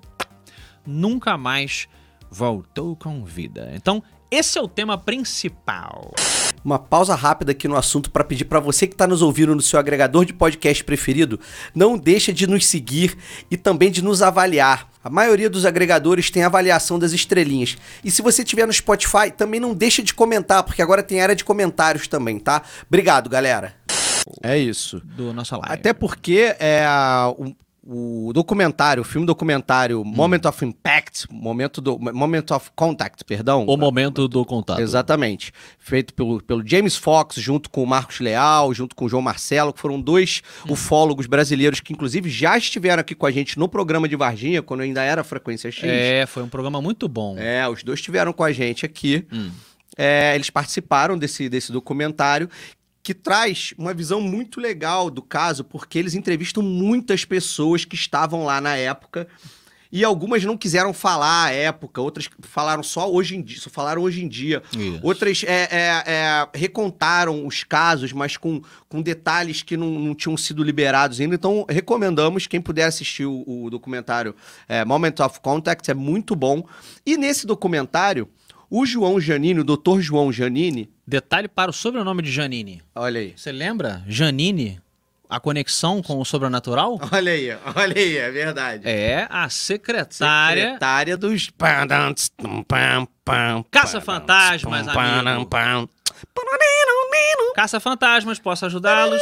[SPEAKER 1] nunca mais voltou com vida. Então, esse é o tema principal.
[SPEAKER 2] Uma pausa rápida aqui no assunto para pedir para você que está nos ouvindo no seu agregador de podcast preferido, não deixa de nos seguir e também de nos avaliar. A maioria dos agregadores tem avaliação das estrelinhas. E se você estiver no Spotify, também não deixa de comentar, porque agora tem área de comentários também, tá? Obrigado, galera. É isso.
[SPEAKER 1] Do nossa live.
[SPEAKER 2] Até porque é a- o, o documentário, o filme documentário Moment of Impact, momento do Moment of Contact, perdão.
[SPEAKER 1] o momento do contato.
[SPEAKER 2] Exatamente. Feito pelo, pelo James Fox, junto com o Marcos Leal, junto com o João Marcelo, que foram dois
[SPEAKER 1] Uhum.
[SPEAKER 2] ufólogos brasileiros que, inclusive, já estiveram aqui com a gente no programa de Varginha, quando ainda era Frequência X.
[SPEAKER 1] É, foi um programa muito bom.
[SPEAKER 2] É, os dois estiveram com a gente aqui.
[SPEAKER 1] Hum.
[SPEAKER 2] É, eles participaram desse, desse documentário que traz uma visão muito legal do caso, porque eles entrevistam muitas pessoas que estavam lá na época E algumas não quiseram falar à época, outras falaram só hoje em dia, só falaram hoje em dia.
[SPEAKER 1] Isso.
[SPEAKER 2] Outras é, é, é, recontaram os casos, mas com, com detalhes que não, não tinham sido liberados ainda. Então, recomendamos quem puder assistir o, o documentário é, Moment of Contact, é muito bom. E nesse documentário, o João Janine, o doutor João Janine,
[SPEAKER 1] Detalhe para o sobrenome de Janine.
[SPEAKER 2] olha aí. [LAUGHS]
[SPEAKER 1] Você lembra? Janine, a conexão com o sobrenatural?
[SPEAKER 2] Olha aí, olha aí, é verdade.
[SPEAKER 1] É a secretária.
[SPEAKER 2] Secretária dos.
[SPEAKER 1] Caça-fantasmas, amigo. Caça-fantasmas, posso ajudá-los?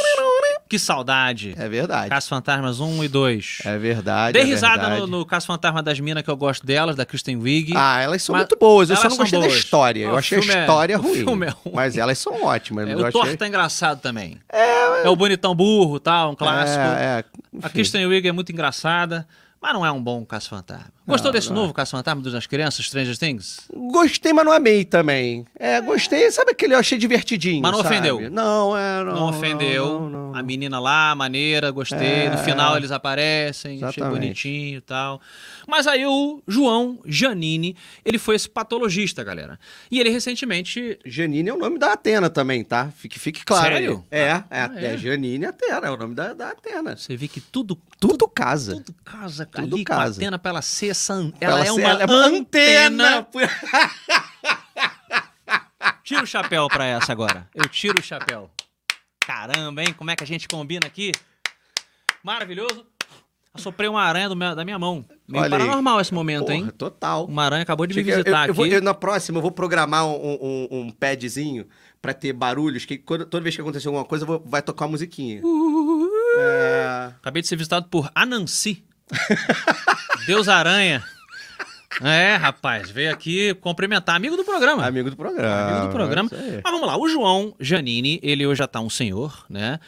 [SPEAKER 1] Que saudade.
[SPEAKER 2] É verdade.
[SPEAKER 1] Caça-fantasmas 1 e 2.
[SPEAKER 2] É verdade.
[SPEAKER 1] Dei
[SPEAKER 2] é
[SPEAKER 1] risada
[SPEAKER 2] verdade.
[SPEAKER 1] no, no Caça-fantasma das Minas, que eu gosto delas, da Kristen Wiig.
[SPEAKER 2] Ah, elas são
[SPEAKER 1] Mas
[SPEAKER 2] muito boas. Eu só
[SPEAKER 1] elas
[SPEAKER 2] não
[SPEAKER 1] são
[SPEAKER 2] gostei da
[SPEAKER 1] boas.
[SPEAKER 2] história.
[SPEAKER 1] Ah,
[SPEAKER 2] Eu
[SPEAKER 1] o
[SPEAKER 2] achei a
[SPEAKER 1] filme é-
[SPEAKER 2] história
[SPEAKER 1] o
[SPEAKER 2] ruim.
[SPEAKER 1] filme é ruim.
[SPEAKER 2] Mas elas são ótimas.
[SPEAKER 1] É,
[SPEAKER 2] eu
[SPEAKER 1] o
[SPEAKER 2] achei...
[SPEAKER 1] Thor tá engraçado também. É, o bonitão burro, tal, um clássico.
[SPEAKER 2] É, é,
[SPEAKER 1] A
[SPEAKER 2] enfim.
[SPEAKER 1] Kristen Wiig é muito engraçada, mas não é um bom Caça-Fantasma. Gostou
[SPEAKER 2] Não,
[SPEAKER 1] desse
[SPEAKER 2] não é.
[SPEAKER 1] novo Caça-Fantasma das Crianças, Stranger Things?
[SPEAKER 2] Gostei, mas não amei também. É, gostei. Sabe aquele eu achei divertidinho?
[SPEAKER 1] Mas não
[SPEAKER 2] sabe?
[SPEAKER 1] ofendeu.
[SPEAKER 2] Não, é, não.
[SPEAKER 1] Não, ofendeu.
[SPEAKER 2] não, não, não.
[SPEAKER 1] A menina lá, maneira, gostei.
[SPEAKER 2] É,
[SPEAKER 1] no final
[SPEAKER 2] é.
[SPEAKER 1] eles aparecem, achei
[SPEAKER 2] Exatamente.
[SPEAKER 1] bonitinho e tal. Mas aí o João Janine, ele foi esse patologista, galera. E ele recentemente.
[SPEAKER 2] Janine é o nome da Atena também, tá? Fique, fique claro. aí.
[SPEAKER 1] Sério?
[SPEAKER 2] É, é,
[SPEAKER 1] Ah,
[SPEAKER 2] é.
[SPEAKER 1] é.
[SPEAKER 2] Janine Atena, é o nome da, da Atena.
[SPEAKER 1] Você vê que tudo,
[SPEAKER 2] Tudo casa.
[SPEAKER 1] tudo casa
[SPEAKER 2] Tudo
[SPEAKER 1] ali com a
[SPEAKER 2] casa.
[SPEAKER 1] antena pra ela ser essa. an-
[SPEAKER 2] Pra
[SPEAKER 1] Ela, é
[SPEAKER 2] ser-
[SPEAKER 1] uma
[SPEAKER 2] ela
[SPEAKER 1] antena.
[SPEAKER 2] antena.
[SPEAKER 1] Tira o chapéu pra essa agora. Eu tiro o chapéu. Caramba, hein? Como é que a gente combina aqui? Maravilhoso. Assoprei uma aranha do meu- da minha mão. Meio
[SPEAKER 2] Olha aí.
[SPEAKER 1] paranormal esse momento, hein?
[SPEAKER 2] Porra, total.
[SPEAKER 1] Uma aranha acabou de me
[SPEAKER 2] Chega- eu-
[SPEAKER 1] visitar
[SPEAKER 2] eu, eu vou-
[SPEAKER 1] aqui.
[SPEAKER 2] eu- na próxima, eu vou programar um, um, um padzinho pra ter barulhos, que quando- toda vez que acontecer alguma coisa, eu vou- vai tocar uma
[SPEAKER 1] Uh,
[SPEAKER 2] musiquinha. É,
[SPEAKER 1] Acabei de ser visitado por Anansi. Deus
[SPEAKER 2] [LAUGHS]
[SPEAKER 1] Aranha. É, rapaz, veio aqui cumprimentar. Amigo do programa.
[SPEAKER 2] amigo do programa.
[SPEAKER 1] Amigo do programa.
[SPEAKER 2] é isso aí.
[SPEAKER 1] Mas vamos lá, o João Janine, ele hoje já tá um senhor, né?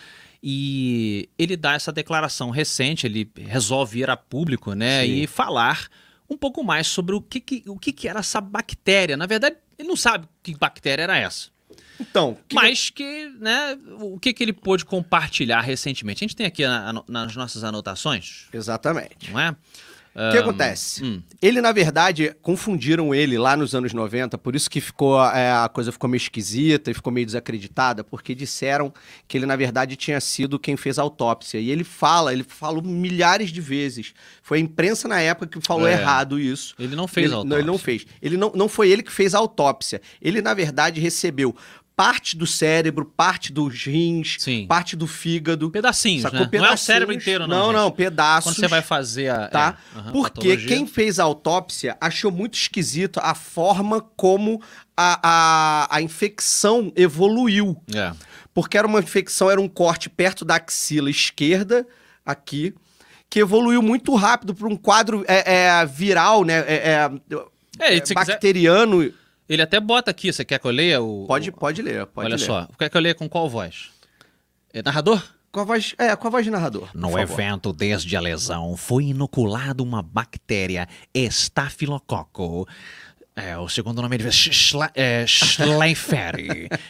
[SPEAKER 1] E ele dá essa declaração recente, ele resolve ir a público, né?
[SPEAKER 2] Sim.
[SPEAKER 1] E falar um pouco mais sobre o que, que- o que, que era essa bactéria. Na verdade, ele não sabe que bactéria era essa.
[SPEAKER 2] Então, que-
[SPEAKER 1] mas que, né, o que, que ele pôde compartilhar recentemente. A gente tem aqui na- na- nas nossas anotações,
[SPEAKER 2] Exatamente.
[SPEAKER 1] não é?
[SPEAKER 2] O que acontece?
[SPEAKER 1] hum.
[SPEAKER 2] Ele, na verdade, confundiram ele lá nos anos 90, por isso que ficou é, a coisa ficou meio esquisita e ficou meio desacreditada, porque disseram que ele, na verdade, tinha sido quem fez a autópsia. E ele fala, ele falou milhares de vezes. Foi a imprensa na época que falou
[SPEAKER 1] É.
[SPEAKER 2] errado isso.
[SPEAKER 1] Ele não fez
[SPEAKER 2] ele,
[SPEAKER 1] autópsia.
[SPEAKER 2] Não, ele não fez. Ele não, não foi ele que fez a autópsia. Ele, na verdade, recebeu parte do cérebro, parte dos rins,
[SPEAKER 1] Sim.
[SPEAKER 2] parte do fígado.
[SPEAKER 1] Pedacinhos,
[SPEAKER 2] Sacou?
[SPEAKER 1] né? Não é o
[SPEAKER 2] Pedacinhos.
[SPEAKER 1] cérebro inteiro, não.
[SPEAKER 2] Não,
[SPEAKER 1] gente.
[SPEAKER 2] não, pedaços.
[SPEAKER 1] Quando você vai fazer a.
[SPEAKER 2] Tá?
[SPEAKER 1] é, aham,
[SPEAKER 2] Porque
[SPEAKER 1] patologia.
[SPEAKER 2] quem fez a autópsia achou muito esquisito a forma como a, a, a infecção evoluiu.
[SPEAKER 1] É.
[SPEAKER 2] Porque era uma infecção, era um corte perto da axila esquerda, aqui, que evoluiu muito rápido para um quadro é, é, viral, né? É, é,
[SPEAKER 1] É,
[SPEAKER 2] é,
[SPEAKER 1] e se quiser-
[SPEAKER 2] bacteriano.
[SPEAKER 1] ele até bota aqui, você quer que eu leia o.
[SPEAKER 2] Pode,
[SPEAKER 1] o-
[SPEAKER 2] pode ler, pode
[SPEAKER 1] Olha
[SPEAKER 2] ler.
[SPEAKER 1] só, quer que eu leia com qual voz? É narrador?
[SPEAKER 2] Com a voz, é, com a voz de narrador.
[SPEAKER 1] No
[SPEAKER 2] por favor.
[SPEAKER 1] evento desde a lesão, foi inoculada uma bactéria estafilococo. É, o segundo nome de Schla- é, [LAUGHS] Schleifer,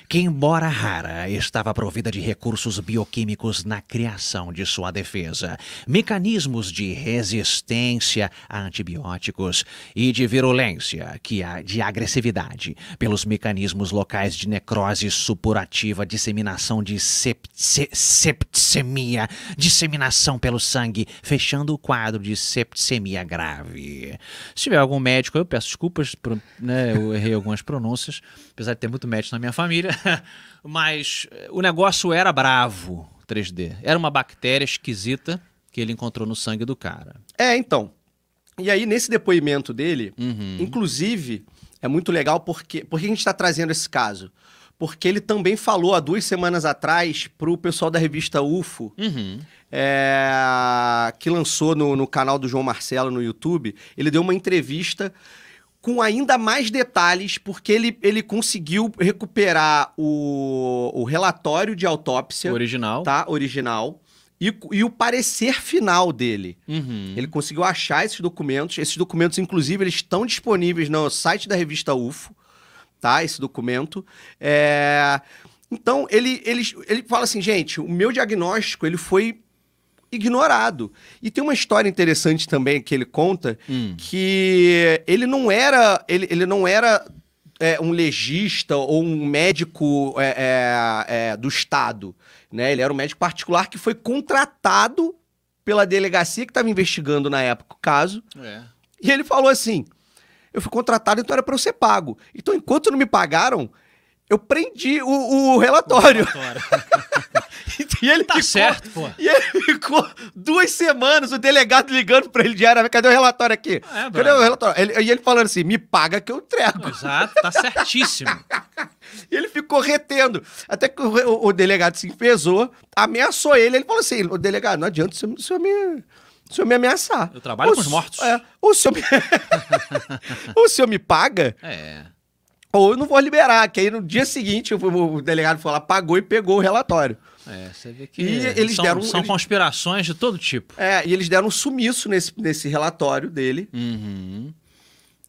[SPEAKER 1] que embora rara, estava provida de recursos bioquímicos na criação de sua defesa, mecanismos de resistência a antibióticos e de virulência, que há de agressividade, pelos mecanismos locais de necrose supurativa, disseminação de sep- se- septicemia, disseminação pelo sangue, fechando o quadro de septicemia grave. Se tiver algum médico, eu peço desculpas, por, né, eu errei algumas pronúncias, apesar de ter muito médico na minha família, [LAUGHS] mas eh, o negócio era bravo, 3D. Era uma bactéria esquisita que ele encontrou no sangue do cara.
[SPEAKER 2] É, então. E aí, nesse depoimento dele,
[SPEAKER 1] Uhum.
[SPEAKER 2] inclusive, é muito legal porque. Por que a gente está trazendo esse caso? Porque ele também falou há duas semanas atrás pro pessoal da revista UFO,
[SPEAKER 1] Uhum.
[SPEAKER 2] é, que lançou no, no canal do João Marcelo no YouTube. Ele deu uma entrevista com ainda mais detalhes, porque ele, ele conseguiu recuperar o, o relatório de autópsia,
[SPEAKER 1] Original.
[SPEAKER 2] tá? Original. E, e o parecer final dele.
[SPEAKER 1] Uhum.
[SPEAKER 2] Ele conseguiu achar esses documentos. Esses documentos, inclusive, eles estão disponíveis no site da revista UFO, tá? Esse documento. É, Então, ele, ele, ele fala assim, gente, o meu diagnóstico, ele foi ignorado. E tem uma história interessante também que ele conta que ele não era ele, ele não era é, um legista ou um médico é, é, é, do estado, né? Ele era um médico particular que foi contratado pela delegacia que estava investigando na época o caso.
[SPEAKER 1] É.
[SPEAKER 2] E ele falou assim: eu fui contratado, então era para eu ser pago. Então, enquanto não me pagaram, eu prendi o, o
[SPEAKER 1] [LAUGHS]
[SPEAKER 2] relatório. [LAUGHS] e ele
[SPEAKER 1] Tá
[SPEAKER 2] ficou-
[SPEAKER 1] certo, pô.
[SPEAKER 2] E ele ficou duas semanas, o delegado ligando pra ele diariamente, cadê o relatório aqui?
[SPEAKER 1] É,
[SPEAKER 2] cadê
[SPEAKER 1] brother.
[SPEAKER 2] o relatório? Ele- e ele falando assim, me paga que eu entrego.
[SPEAKER 1] Exato, tá certíssimo.
[SPEAKER 2] E ele ficou retendo. Até que o, o- o delegado se enfesou, ameaçou ele. Ele falou assim: o delegado, não adianta o senhor, o senhor me. O senhor me ameaçar.
[SPEAKER 1] Eu trabalho
[SPEAKER 2] O
[SPEAKER 1] com os
[SPEAKER 2] s-
[SPEAKER 1] mortos.
[SPEAKER 2] É, o, senhor me... [LAUGHS] o senhor me paga
[SPEAKER 1] É.
[SPEAKER 2] ou eu não vou liberar. Que aí no dia seguinte o, o delegado foi lá, pagou e pegou o relatório.
[SPEAKER 1] É, você vê que
[SPEAKER 2] E eles
[SPEAKER 1] são,
[SPEAKER 2] deram- um-
[SPEAKER 1] são
[SPEAKER 2] eles-
[SPEAKER 1] conspirações de todo tipo.
[SPEAKER 2] É, e eles deram um sumiço nesse, nesse relatório dele.
[SPEAKER 1] Uhum.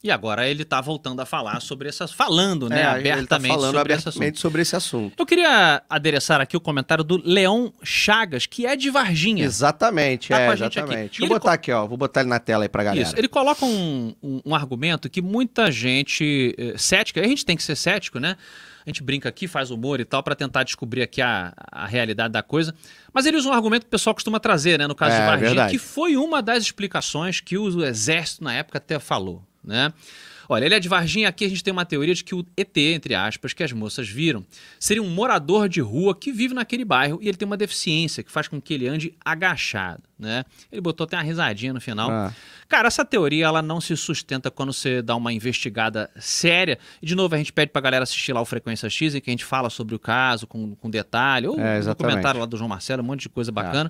[SPEAKER 1] E agora ele tá voltando a falar sobre essas. Falando, né?
[SPEAKER 2] É, ele tá
[SPEAKER 1] abertamente
[SPEAKER 2] falando
[SPEAKER 1] sobre esse assunto.
[SPEAKER 2] abertamente sobre esse assunto.
[SPEAKER 1] Eu queria adereçar aqui o comentário do Leão Chagas, que é de Varginha.
[SPEAKER 2] Exatamente,
[SPEAKER 1] Tá
[SPEAKER 2] é,
[SPEAKER 1] com a gente aqui.
[SPEAKER 2] exatamente.
[SPEAKER 1] E
[SPEAKER 2] Vou
[SPEAKER 1] ele
[SPEAKER 2] botar aqui, ó. Vou botar ele na tela aí pra galera.
[SPEAKER 1] Isso. Ele coloca um, um- um argumento que muita gente eh, cética, a gente tem que ser cético, né? A gente brinca aqui, faz humor e tal, pra tentar descobrir aqui a, a realidade da coisa. Mas ele usa um argumento que o pessoal costuma trazer, né? No caso
[SPEAKER 2] É,
[SPEAKER 1] de Varginha,
[SPEAKER 2] verdade.
[SPEAKER 1] que foi uma das explicações que o exército na época até falou, né? Olha, ele é de Varginha, aqui a gente tem uma teoria de que o ET, entre aspas, que as moças viram, seria um morador de rua que vive naquele bairro e ele tem uma deficiência que faz com que ele ande agachado, né? Ele botou até uma risadinha no final.
[SPEAKER 2] Ah.
[SPEAKER 1] Cara, essa teoria ela não se sustenta quando você dá uma investigada séria. E de novo a gente pede pra galera assistir lá o Frequência X, em que a gente fala sobre o caso com, com detalhe, ou
[SPEAKER 2] É,
[SPEAKER 1] o
[SPEAKER 2] exatamente. É.
[SPEAKER 1] comentário lá do João Marcelo, um monte de coisa bacana.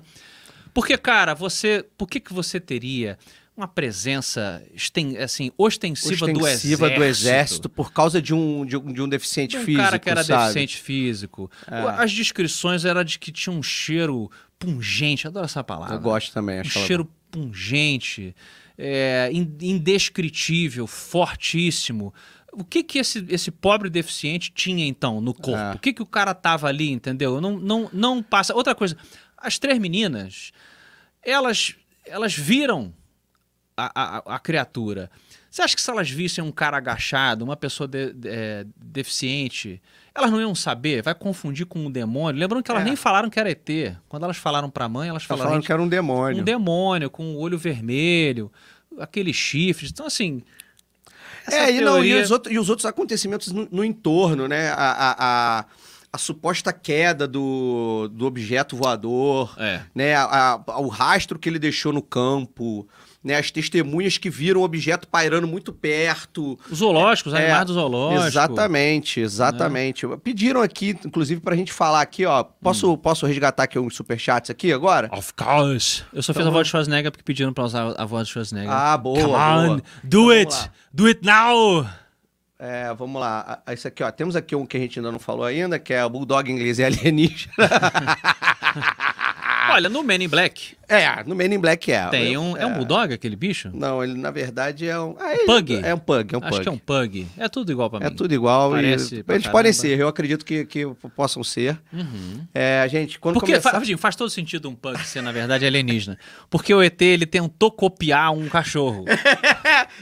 [SPEAKER 1] Porque, cara, você. Por que, que você teria uma presença esten- assim, ostensiva,
[SPEAKER 2] Ostensiva
[SPEAKER 1] do exército?
[SPEAKER 2] por causa de um, de um, de um deficiente
[SPEAKER 1] De um
[SPEAKER 2] físico.
[SPEAKER 1] cara que era
[SPEAKER 2] sabe?
[SPEAKER 1] deficiente físico.
[SPEAKER 2] É.
[SPEAKER 1] As descrições eram de que tinha um cheiro pungente. Adoro essa palavra
[SPEAKER 2] Ah, Eu gosto também,
[SPEAKER 1] um
[SPEAKER 2] acho ela-
[SPEAKER 1] cheiro pungente, é, in- indescritível, fortíssimo. O que que esse, esse pobre deficiente tinha então no corpo?
[SPEAKER 2] É.
[SPEAKER 1] O que que o cara tava ali, entendeu? Não, não, não passa. Outra coisa, as três meninas, elas, elas viram a, a- a criatura. Você acha que se elas vissem um cara agachado, uma pessoa de- de- é, deficiente, elas não iam saber? Vai confundir com um demônio? Lembrando que elas
[SPEAKER 2] É.
[SPEAKER 1] nem falaram que era ET. Quando elas falaram pra mãe, elas
[SPEAKER 2] Tá
[SPEAKER 1] falaram,
[SPEAKER 2] falando que era um demônio.
[SPEAKER 1] um demônio com o olho vermelho, aqueles chifres. Então, assim. essa
[SPEAKER 2] É, e, não, e,
[SPEAKER 1] teoria-
[SPEAKER 2] os outros, e os outros acontecimentos no, no entorno, né? A, a, a, a suposta queda do, do objeto voador,
[SPEAKER 1] É.
[SPEAKER 2] né? A- a- o rastro que ele deixou no campo, né? As testemunhas que viram o objeto pairando muito perto.
[SPEAKER 1] Os zoológicos, os
[SPEAKER 2] É,
[SPEAKER 1] animais do zoológico.
[SPEAKER 2] Exatamente,
[SPEAKER 1] Né?
[SPEAKER 2] exatamente. Pediram aqui, inclusive, pra gente falar aqui, ó.
[SPEAKER 1] Hum.
[SPEAKER 2] Posso, posso resgatar aqui uns superchats aqui agora?
[SPEAKER 1] Of course. Eu só fiz
[SPEAKER 2] Então-
[SPEAKER 1] a voz de Schwarzenegger porque pediram pra usar a voz de Schwarzenegger.
[SPEAKER 2] Ah, boa,
[SPEAKER 1] Come
[SPEAKER 2] boa.
[SPEAKER 1] on, do
[SPEAKER 2] Então,
[SPEAKER 1] it!
[SPEAKER 2] vamos lá.
[SPEAKER 1] Do it now!
[SPEAKER 2] É, vamos lá. Ah, Esse aqui, ó. Temos aqui um que a gente ainda não falou ainda, que é o Bulldog inglês e alienígena. [LAUGHS]
[SPEAKER 1] Ah. Olha, no Men in Black
[SPEAKER 2] é, no Men in Black é.
[SPEAKER 1] tem um. É, um bulldog aquele bicho?
[SPEAKER 2] Não, ele na verdade é um... Ah, ele-
[SPEAKER 1] Pug?
[SPEAKER 2] É um pug, é um
[SPEAKER 1] Acho
[SPEAKER 2] pug.
[SPEAKER 1] que é um pug. É tudo igual pra
[SPEAKER 2] É
[SPEAKER 1] mim.
[SPEAKER 2] tudo igual. e
[SPEAKER 1] Parece
[SPEAKER 2] eles
[SPEAKER 1] pra caramba.
[SPEAKER 2] podem ser, eu acredito que, que possam ser.
[SPEAKER 1] Uhum.
[SPEAKER 2] É, gente, quando
[SPEAKER 1] Porque
[SPEAKER 2] começar...
[SPEAKER 1] fa- rapidinho, faz todo sentido um pug ser, na verdade, alienígena. Porque o ET, ele tentou copiar um
[SPEAKER 2] [LAUGHS]
[SPEAKER 1] cachorro.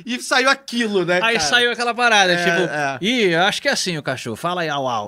[SPEAKER 2] e saiu aquilo, né,
[SPEAKER 1] Aí
[SPEAKER 2] cara?
[SPEAKER 1] saiu aquela parada,
[SPEAKER 2] É,
[SPEAKER 1] tipo,
[SPEAKER 2] é.
[SPEAKER 1] ih, eu acho que é assim o cachorro, fala aí au
[SPEAKER 2] [LAUGHS]
[SPEAKER 1] au.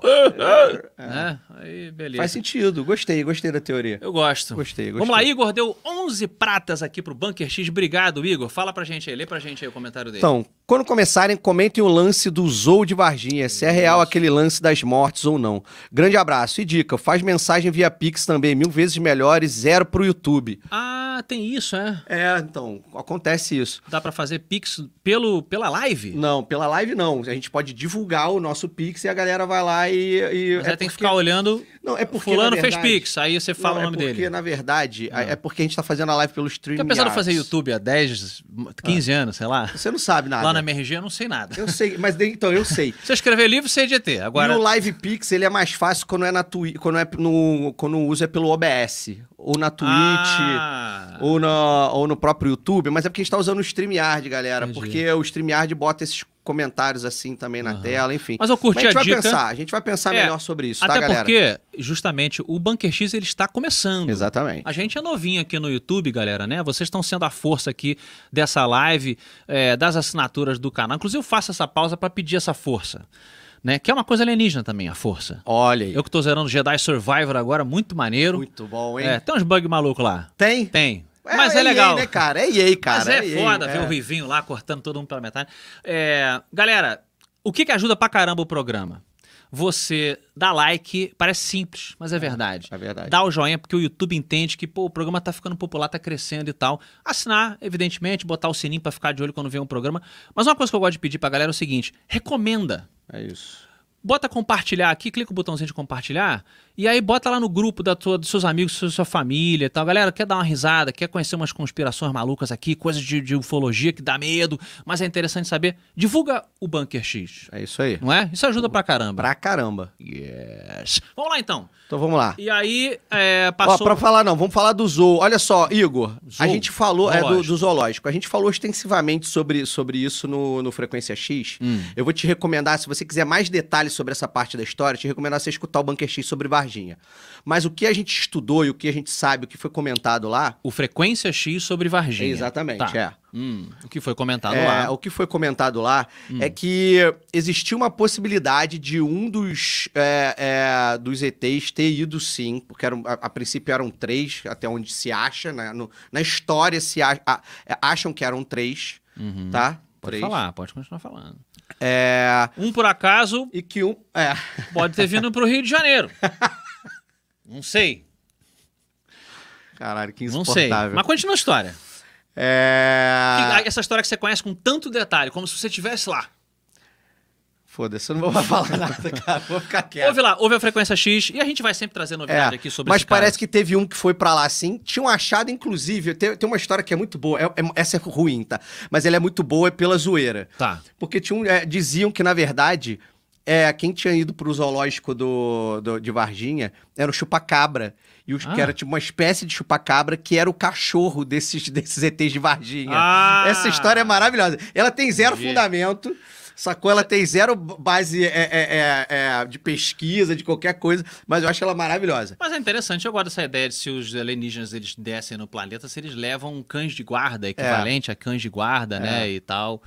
[SPEAKER 1] Né? Aí, beleza.
[SPEAKER 2] Faz sentido. Gostei, gostei da teoria.
[SPEAKER 1] Eu gosto.
[SPEAKER 2] Gostei, gostei.
[SPEAKER 1] Vamos lá, Igor deu 11 pratas aqui pro Bunker X. Obrigado, Igor. Fala pra gente aí, lê pra gente aí o comentário dele.
[SPEAKER 2] Então, quando começarem, comentem o lance do Zou de Varginha, se é real aquele lance das mortes ou não. Grande abraço e dica, faz mensagem via Pix também, mil vezes melhores, zero pro YouTube.
[SPEAKER 1] Ah, tem isso, é?
[SPEAKER 2] É, então, acontece isso.
[SPEAKER 1] Dá pra fazer pix pelo, pela live?
[SPEAKER 2] Não, pela live não, a gente pode divulgar o nosso Pix e a galera vai lá e... e
[SPEAKER 1] Mas
[SPEAKER 2] é
[SPEAKER 1] aí tem que
[SPEAKER 2] porque-
[SPEAKER 1] ficar olhando,
[SPEAKER 2] Não, é porque,
[SPEAKER 1] fulano
[SPEAKER 2] na verdade-
[SPEAKER 1] fez pix, aí você fala
[SPEAKER 2] Não,
[SPEAKER 1] o nome
[SPEAKER 2] é porque,
[SPEAKER 1] dele.
[SPEAKER 2] na verdade, a-
[SPEAKER 1] Não.
[SPEAKER 2] é porque a gente tá fazendo a live pelo streaming.
[SPEAKER 1] Fica pensando em fazer YouTube há 10, 15 anos, sei lá.
[SPEAKER 2] Você não sabe Ah. nada.
[SPEAKER 1] Lá na MRG eu não sei nada.
[SPEAKER 2] Eu sei, mas de- então, eu sei.
[SPEAKER 1] Se eu escrever livro, sei de ET. Agora,
[SPEAKER 2] E o Live Pix, ele é mais fácil quando é na Twi quando é no quando o uso é pelo OBS, ou na Twitch,
[SPEAKER 1] Ah.
[SPEAKER 2] ou, na, ou no próprio YouTube, mas é porque a gente tá usando o StreamYard, galera,
[SPEAKER 1] Entendi.
[SPEAKER 2] porque o StreamYard bota esses comentários assim também na
[SPEAKER 1] Aham.
[SPEAKER 2] tela, enfim.
[SPEAKER 1] Mas eu curti
[SPEAKER 2] Mas a gente
[SPEAKER 1] a
[SPEAKER 2] vai
[SPEAKER 1] dica.
[SPEAKER 2] pensar, a gente vai pensar
[SPEAKER 1] É,
[SPEAKER 2] melhor sobre isso,
[SPEAKER 1] até
[SPEAKER 2] tá, galera?
[SPEAKER 1] porque, justamente, o Bunker X ele está começando.
[SPEAKER 2] Exatamente.
[SPEAKER 1] A gente é novinho aqui no YouTube, galera, né? Vocês estão sendo a força aqui dessa live, é, das assinaturas do canal. Inclusive, eu faço essa pausa para pedir essa força, né? Que é uma coisa alienígena também, a força.
[SPEAKER 2] Olha aí.
[SPEAKER 1] Eu que tô zerando Jedi Survivor agora, muito maneiro.
[SPEAKER 2] Muito bom, hein?
[SPEAKER 1] É, tem uns bug maluco lá.
[SPEAKER 2] Tem?
[SPEAKER 1] Tem. Mas é, legal.
[SPEAKER 2] EA, né, cara? É EA, cara.
[SPEAKER 1] Mas é
[SPEAKER 2] EA,
[SPEAKER 1] foda
[SPEAKER 2] é.
[SPEAKER 1] ver o Rivinho lá cortando todo mundo pela metade. É, galera, o que, que ajuda pra caramba o programa? Você dá like, parece simples, mas é verdade.
[SPEAKER 2] É verdade.
[SPEAKER 1] Dá o joinha, porque o YouTube entende que pô, o programa tá ficando popular, tá crescendo e tal. Assinar, evidentemente, botar o sininho pra ficar de olho quando vem um programa. Mas uma coisa que eu gosto de pedir pra galera é o seguinte: recomenda.
[SPEAKER 2] É isso.
[SPEAKER 1] Bota compartilhar aqui, clica o botãozinho de compartilhar e aí bota lá no grupo da tua, dos seus amigos, sua, sua família e tal. Galera, quer dar uma risada, quer conhecer umas conspirações malucas aqui, coisas de, de ufologia que dá medo, mas é interessante saber. Divulga o Bunker X,
[SPEAKER 2] É isso aí.
[SPEAKER 1] não é? Isso ajuda pra caramba.
[SPEAKER 2] Pra caramba.
[SPEAKER 1] Yes. Vamos lá então.
[SPEAKER 2] Então vamos lá.
[SPEAKER 1] E aí, é,
[SPEAKER 2] Ó,
[SPEAKER 1] passou.
[SPEAKER 2] pra falar não, vamos falar do zoo. Olha só, Igor, a
[SPEAKER 1] Zoo?
[SPEAKER 2] gente falou é, do,
[SPEAKER 1] Zoológico.
[SPEAKER 2] do zoológico. A gente falou extensivamente sobre, sobre isso no, no Frequência X.
[SPEAKER 1] Hum.
[SPEAKER 2] Eu vou te recomendar, se você quiser mais detalhes sobre essa parte da história, eu te recomendar você escutar o Bunker X sobre Varginha. Mas o que a gente estudou e o que a gente sabe, o que foi comentado lá,
[SPEAKER 1] O Frequência X sobre Varginha.
[SPEAKER 2] exatamente,
[SPEAKER 1] Tá.
[SPEAKER 2] é.
[SPEAKER 1] Hum, o que foi comentado
[SPEAKER 2] É,
[SPEAKER 1] lá.
[SPEAKER 2] O que foi comentado lá
[SPEAKER 1] Hum.
[SPEAKER 2] é que existia uma possibilidade de um dos, é, é, dos ETs ter ido sim, porque eram, a, a princípio eram três, até onde se acha, né? No- na história se a- a- é, acham que eram três,
[SPEAKER 1] Uhum.
[SPEAKER 2] tá?
[SPEAKER 1] Pode
[SPEAKER 2] três.
[SPEAKER 1] falar, pode continuar falando.
[SPEAKER 2] É,
[SPEAKER 1] Um por acaso
[SPEAKER 2] e que um. É,
[SPEAKER 1] pode ter vindo pro Rio de
[SPEAKER 2] [LAUGHS]
[SPEAKER 1] Janeiro. Não sei.
[SPEAKER 2] caralho, que
[SPEAKER 1] Não sei.
[SPEAKER 2] insuportável.
[SPEAKER 1] Mas continua a história.
[SPEAKER 2] É.
[SPEAKER 1] Que- Essa história que você conhece com tanto detalhe, como se você estivesse lá.
[SPEAKER 2] Foda-se, eu não vou [LAUGHS] falar nada, cara. Vou ficar quieto.
[SPEAKER 1] Ouve lá, ouve a frequência X e a gente vai sempre trazer novidade
[SPEAKER 2] É,
[SPEAKER 1] aqui sobre
[SPEAKER 2] Mas
[SPEAKER 1] esse cara.
[SPEAKER 2] parece que teve um que foi pra lá, assim. Tinham achado, inclusive, tem, tem uma história que é muito boa. é- é- essa é ruim, tá? Mas ela é muito boa é pela zoeira.
[SPEAKER 1] Tá.
[SPEAKER 2] Porque tinham, é, diziam que, na verdade, é, quem tinha ido pro zoológico do, do- de Varginha era o chupacabra. E os,
[SPEAKER 1] Ah.
[SPEAKER 2] que era tipo uma espécie de chupacabra que era o cachorro desses, [LAUGHS] desses ETs de Varginha.
[SPEAKER 1] Ah!
[SPEAKER 2] é. Essa história é maravilhosa. Ela tem zero
[SPEAKER 1] Entendi.
[SPEAKER 2] fundamento, sacou? Ela tem zero base é, é, é, é, de pesquisa, de qualquer coisa, mas eu acho ela maravilhosa.
[SPEAKER 1] Mas é interessante, eu gosto dessa ideia de se os alienígenas eles descem no planeta, se eles levam cães de guarda,
[SPEAKER 2] É.
[SPEAKER 1] equivalente a cães de guarda, né, e tal.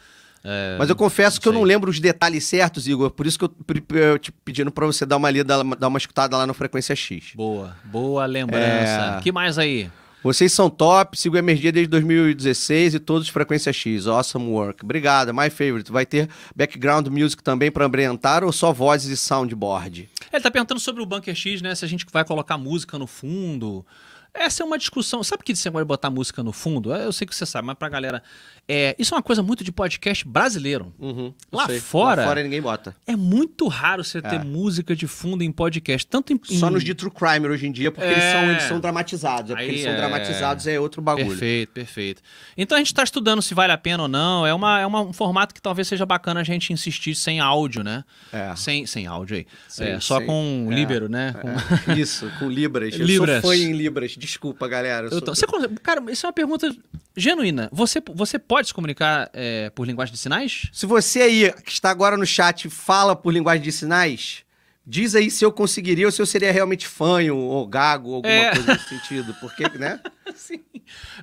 [SPEAKER 1] É,
[SPEAKER 2] Mas eu confesso que eu
[SPEAKER 1] sei.
[SPEAKER 2] não lembro os detalhes certos, Igor, por isso que eu, pre- eu te pedindo pra você dar uma lida, dar uma escutada lá no Frequência X.
[SPEAKER 1] Boa, boa lembrança.
[SPEAKER 2] É.
[SPEAKER 1] que mais aí?
[SPEAKER 2] Vocês são top, sigo a Emergia desde 2016 e todos Frequência X. Awesome work. Obrigado, my favorite. Vai ter background music também pra ambientar ou só vozes e soundboard?
[SPEAKER 1] Ele tá perguntando sobre o Bunker X, né? Se a gente vai colocar música no fundo. Essa é uma discussão. Sabe que você pode botar música no fundo? Eu sei que você sabe, mas pra galera. É, isso é uma coisa muito de podcast brasileiro.
[SPEAKER 2] Uhum,
[SPEAKER 1] eu Lá sei. fora?
[SPEAKER 2] Lá fora ninguém bota.
[SPEAKER 1] É muito raro você ter música de fundo em podcast, tanto em.
[SPEAKER 2] É. Só
[SPEAKER 1] em-
[SPEAKER 2] nos de True Crime hoje em dia, porque eles,
[SPEAKER 1] É.
[SPEAKER 2] são, eles são dramatizados. É porque
[SPEAKER 1] Aí
[SPEAKER 2] eles são
[SPEAKER 1] é.
[SPEAKER 2] dramatizados é outro bagulho.
[SPEAKER 1] Perfeito, perfeito. Então a gente tá estudando se vale a pena ou não. É, uma, é uma- um formato que talvez seja bacana a gente insistir sem áudio, né?
[SPEAKER 2] É.
[SPEAKER 1] Sem, sem áudio aí.
[SPEAKER 2] Sim,
[SPEAKER 1] É, só
[SPEAKER 2] sim.
[SPEAKER 1] com
[SPEAKER 2] É.
[SPEAKER 1] líbero, né? Com-
[SPEAKER 2] É, Isso, com [LAUGHS] Libras. Eu
[SPEAKER 1] Libras.
[SPEAKER 2] sou fã em Libras. Desculpa, galera. eu
[SPEAKER 1] Eu
[SPEAKER 2] sou-
[SPEAKER 1] tô- você consegue- cara, isso é uma pergunta genuína. Você, você pode se comunicar é, por linguagem de sinais?
[SPEAKER 2] Se você aí que está agora no chat fala por linguagem de sinais, diz aí se eu conseguiria ou se eu seria realmente fanho ou gago ou alguma
[SPEAKER 1] É.
[SPEAKER 2] coisa nesse sentido. Porque, né?
[SPEAKER 1] Sim.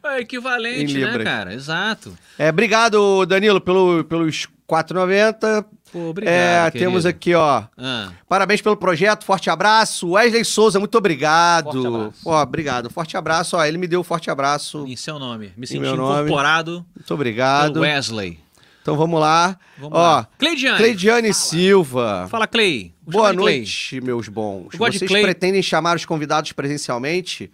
[SPEAKER 1] É
[SPEAKER 2] Em
[SPEAKER 1] equivalente,
[SPEAKER 2] Libras.
[SPEAKER 1] né, cara? Exato.
[SPEAKER 2] É, obrigado, Danilo, pelo, pelos 4,90.
[SPEAKER 1] Pô, obrigado.
[SPEAKER 2] É,
[SPEAKER 1] querido.
[SPEAKER 2] temos aqui, ó.
[SPEAKER 1] Ah,
[SPEAKER 2] Parabéns pelo projeto, forte abraço. Wesley Souza, muito
[SPEAKER 1] Forte
[SPEAKER 2] obrigado.
[SPEAKER 1] abraço.
[SPEAKER 2] Ó, obrigado, forte abraço. Ó, ele me deu um forte abraço.
[SPEAKER 1] em seu nome. Me senti
[SPEAKER 2] meu nome.
[SPEAKER 1] incorporado
[SPEAKER 2] Muito
[SPEAKER 1] pelo
[SPEAKER 2] obrigado.
[SPEAKER 1] Wesley.
[SPEAKER 2] Então vamos lá.
[SPEAKER 1] Vamos
[SPEAKER 2] Ó,
[SPEAKER 1] lá. Cleidiane.
[SPEAKER 2] Cleidiane Silva.
[SPEAKER 1] Fala, Clay. Vou
[SPEAKER 2] Boa
[SPEAKER 1] chamar de Clay.
[SPEAKER 2] noite, meus bons.
[SPEAKER 1] Eu gosto de
[SPEAKER 2] Vocês
[SPEAKER 1] Clay.
[SPEAKER 2] pretendem chamar os convidados presencialmente?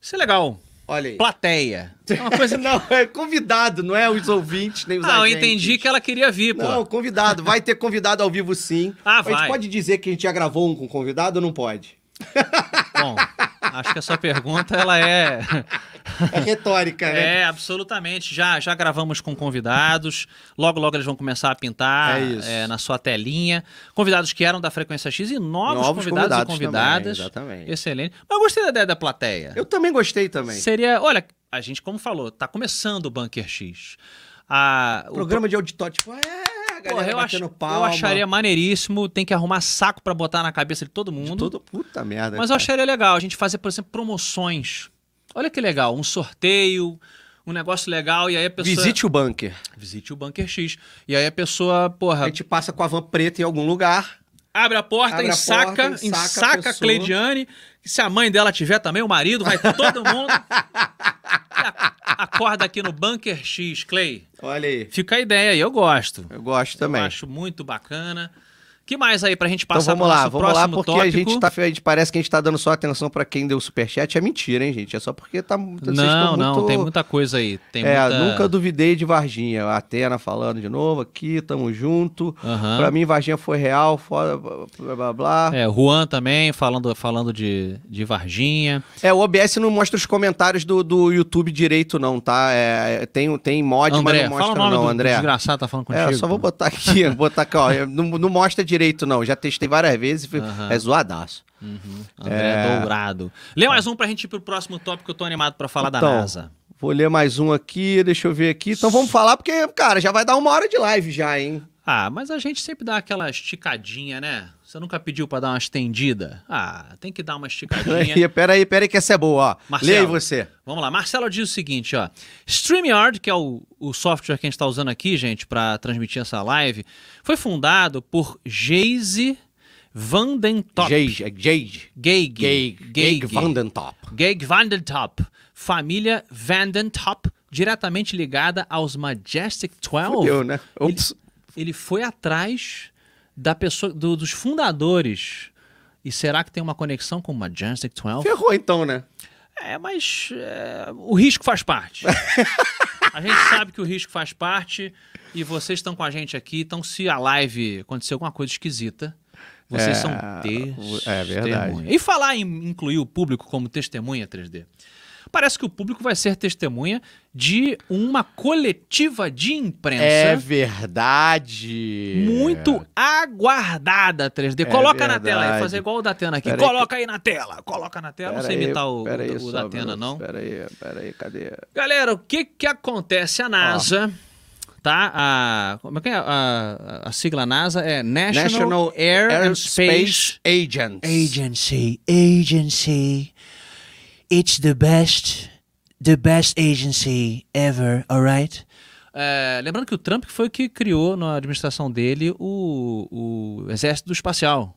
[SPEAKER 1] Isso é legal.
[SPEAKER 2] Olha aí. [LAUGHS]
[SPEAKER 1] Plateia. É uma coisa...
[SPEAKER 2] não, é convidado, não é os ouvintes, nem os
[SPEAKER 1] ah, eu
[SPEAKER 2] agentes.
[SPEAKER 1] entendi que ela queria vir, pô.
[SPEAKER 2] Não, convidado. Vai ter convidado ao vivo, sim.
[SPEAKER 1] [LAUGHS] Ah,
[SPEAKER 2] A gente
[SPEAKER 1] vai.
[SPEAKER 2] pode dizer que a gente já gravou um com convidado ou não pode?
[SPEAKER 1] Bom, Acho que essa pergunta ela é
[SPEAKER 2] É retórica, né?
[SPEAKER 1] É, absolutamente. Já, já gravamos com convidados. Logo, logo eles vão começar a pintar
[SPEAKER 2] É isso.
[SPEAKER 1] é, na sua telinha. Convidados que eram da Frequência X e novos, convidados,
[SPEAKER 2] Novos convidados
[SPEAKER 1] e convidadas.
[SPEAKER 2] também, exatamente.
[SPEAKER 1] Excelente. Mas eu gostei da ideia da plateia.
[SPEAKER 2] Eu também gostei também.
[SPEAKER 1] Seria, olha, a gente, como falou, tá começando o Bunker X. A, o
[SPEAKER 2] Programa de auditório, tipo, é, a
[SPEAKER 1] pro- é porra,
[SPEAKER 2] galera
[SPEAKER 1] eu, ach-
[SPEAKER 2] batendo palma.
[SPEAKER 1] eu acharia maneiríssimo, tem que arrumar saco pra botar na cabeça de todo
[SPEAKER 2] De
[SPEAKER 1] mundo.
[SPEAKER 2] todo é. puta merda.
[SPEAKER 1] Mas eu
[SPEAKER 2] cara.
[SPEAKER 1] acharia legal a gente fazer, por exemplo, promoções. Olha que legal, um sorteio, um negócio legal, e aí a pessoa.
[SPEAKER 2] Visite o bunker.
[SPEAKER 1] Visite o Bunker X. E aí a pessoa, porra,
[SPEAKER 2] A gente passa com a van preta em algum lugar.
[SPEAKER 1] abre a porta,
[SPEAKER 2] Abre a
[SPEAKER 1] ensaca,
[SPEAKER 2] porta, ensaca a
[SPEAKER 1] ensaca a
[SPEAKER 2] pessoa.
[SPEAKER 1] Cleidiane. E se a mãe dela tiver também, o marido, vai todo mundo. [LAUGHS] E a- Acorda aqui no Bunker X, Clay.
[SPEAKER 2] Olha aí.
[SPEAKER 1] Fica a ideia aí, eu gosto.
[SPEAKER 2] Eu gosto também.
[SPEAKER 1] Eu acho muito bacana. que mais aí pra gente
[SPEAKER 2] Então
[SPEAKER 1] passar
[SPEAKER 2] vamos
[SPEAKER 1] pro
[SPEAKER 2] lá,
[SPEAKER 1] nosso
[SPEAKER 2] vamos lá,
[SPEAKER 1] próximo
[SPEAKER 2] porque a
[SPEAKER 1] tópico?
[SPEAKER 2] gente tá. A gente parece que a gente tá dando só atenção pra quem deu superchat. É mentira, hein, gente? É só porque tá muito. vocês
[SPEAKER 1] Não,
[SPEAKER 2] tão
[SPEAKER 1] não,
[SPEAKER 2] muito-
[SPEAKER 1] tem muita coisa aí. Tem
[SPEAKER 2] É,
[SPEAKER 1] muita...
[SPEAKER 2] nunca duvidei de Varginha. A Atena falando de novo aqui, tamo junto.
[SPEAKER 1] Aham.
[SPEAKER 2] Pra mim, Varginha foi real, foda, blá blá blá.
[SPEAKER 1] É, Juan também, falando, falando de, de Varginha.
[SPEAKER 2] É. o OBS não mostra os comentários do, do YouTube direito, não, tá? É, tem, tem mod,
[SPEAKER 1] André,
[SPEAKER 2] mas não mostra,
[SPEAKER 1] fala o nome
[SPEAKER 2] não,
[SPEAKER 1] do, do
[SPEAKER 2] André.
[SPEAKER 1] desgraçado que tá falando contigo.
[SPEAKER 2] É, só vou botar aqui, [LAUGHS] botar aqui, ó. Eu Não, não mostra direito, não. Já testei várias vezes, fui-
[SPEAKER 1] Aham.
[SPEAKER 2] é zoadaço.
[SPEAKER 1] Uhum. André Dourado. Lê mais um pra gente ir pro próximo tópico que eu tô animado pra falar da
[SPEAKER 2] Então.
[SPEAKER 1] NASA.
[SPEAKER 2] Vou ler mais um aqui, deixa eu ver aqui. Então vamos falar, porque, cara, já vai dar uma hora de live já, hein?
[SPEAKER 1] Ah, mas a gente sempre dá aquela esticadinha, né? Você nunca pediu pra dar uma estendida? Ah, tem que dar uma esticadinha.
[SPEAKER 2] [LAUGHS] Peraí, peraí, peraí, que essa é boa, ó.
[SPEAKER 1] Marcelo.
[SPEAKER 2] Lê aí você.
[SPEAKER 1] Vamos lá, Marcelo diz o seguinte, ó. StreamYard, que é o, o software que a gente tá usando aqui, gente, pra transmitir essa live, foi fundado por Jayce Vandentop.
[SPEAKER 2] Jade, é Jade.
[SPEAKER 1] Geig.
[SPEAKER 2] Gay, Gay Vandentop.
[SPEAKER 1] Geig Vandentop. Família Vandentop, diretamente ligada aos Majestic 12.
[SPEAKER 2] Fudeu, né?
[SPEAKER 1] Ele,
[SPEAKER 2] Ops.
[SPEAKER 1] ele foi atrás da pessoa, do- dos fundadores. E será que tem uma conexão com o Majestic 12?
[SPEAKER 2] Ferrou então, né?
[SPEAKER 1] É, mas é, o risco faz parte. [LAUGHS] a gente sabe que o risco faz parte e vocês estão com a gente aqui. Então, se a live acontecer alguma coisa esquisita, vocês
[SPEAKER 2] É,
[SPEAKER 1] são
[SPEAKER 2] é verdade.
[SPEAKER 1] testemunha. E falar em incluir o público como testemunha 3D. Parece que o público vai ser testemunha de uma coletiva de imprensa
[SPEAKER 2] É verdade.
[SPEAKER 1] muito aguardada 3D.
[SPEAKER 2] É
[SPEAKER 1] coloca na
[SPEAKER 2] verdade.
[SPEAKER 1] tela aí, fazer igual o da Atena aqui.
[SPEAKER 2] Pera aí
[SPEAKER 1] coloca aí, na tela, coloca na tela. não sei imitar o, o,
[SPEAKER 2] um
[SPEAKER 1] da Atena, não.
[SPEAKER 2] Pera aí, pera aí, cadê?
[SPEAKER 1] Galera, o que que acontece? A NASA, tá? A, como é que é? A, a- a sigla NASA é National, Air, and Space,
[SPEAKER 2] Agents.
[SPEAKER 3] agency, agency. It's the best, the best agency ever, alright?
[SPEAKER 1] É, lembrando que o Trump que foi o que criou na administração dele o, o Exército do Espacial.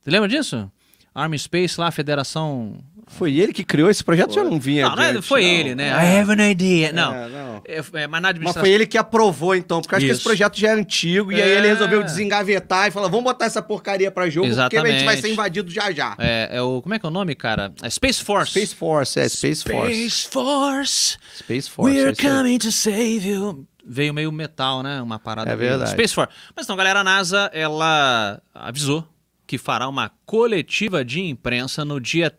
[SPEAKER 1] Você lembra disso? Army Space lá, a Federação...
[SPEAKER 2] Foi ele que criou esse projeto? Eu não vinha.
[SPEAKER 1] Não, não é- foi ele, né?
[SPEAKER 3] I have an idea.
[SPEAKER 1] Não.
[SPEAKER 2] É, não.
[SPEAKER 1] É, é, mas na
[SPEAKER 2] Mas
[SPEAKER 1] administração...
[SPEAKER 2] foi ele que aprovou, então, porque eu acho que
[SPEAKER 1] Isso.
[SPEAKER 2] esse projeto já é antigo, e aí
[SPEAKER 1] É.
[SPEAKER 2] ele resolveu desengavetar e falou: vamos botar essa porcaria pra jogo, porque a gente vai
[SPEAKER 1] Exatamente.
[SPEAKER 2] ser invadido já já.
[SPEAKER 1] É, é o, como é que é o nome, cara? É Space Force.
[SPEAKER 2] Space Force, é, Space Force.
[SPEAKER 3] Space Force,
[SPEAKER 2] Space Force. é
[SPEAKER 3] we're
[SPEAKER 2] isso aí.
[SPEAKER 3] coming to save you.
[SPEAKER 1] Veio meio metal, né? Uma parada.
[SPEAKER 2] É
[SPEAKER 1] meio-
[SPEAKER 2] verdade.
[SPEAKER 1] Space Force. Mas então, galera, a NASA, ela avisou que fará uma coletiva de imprensa no dia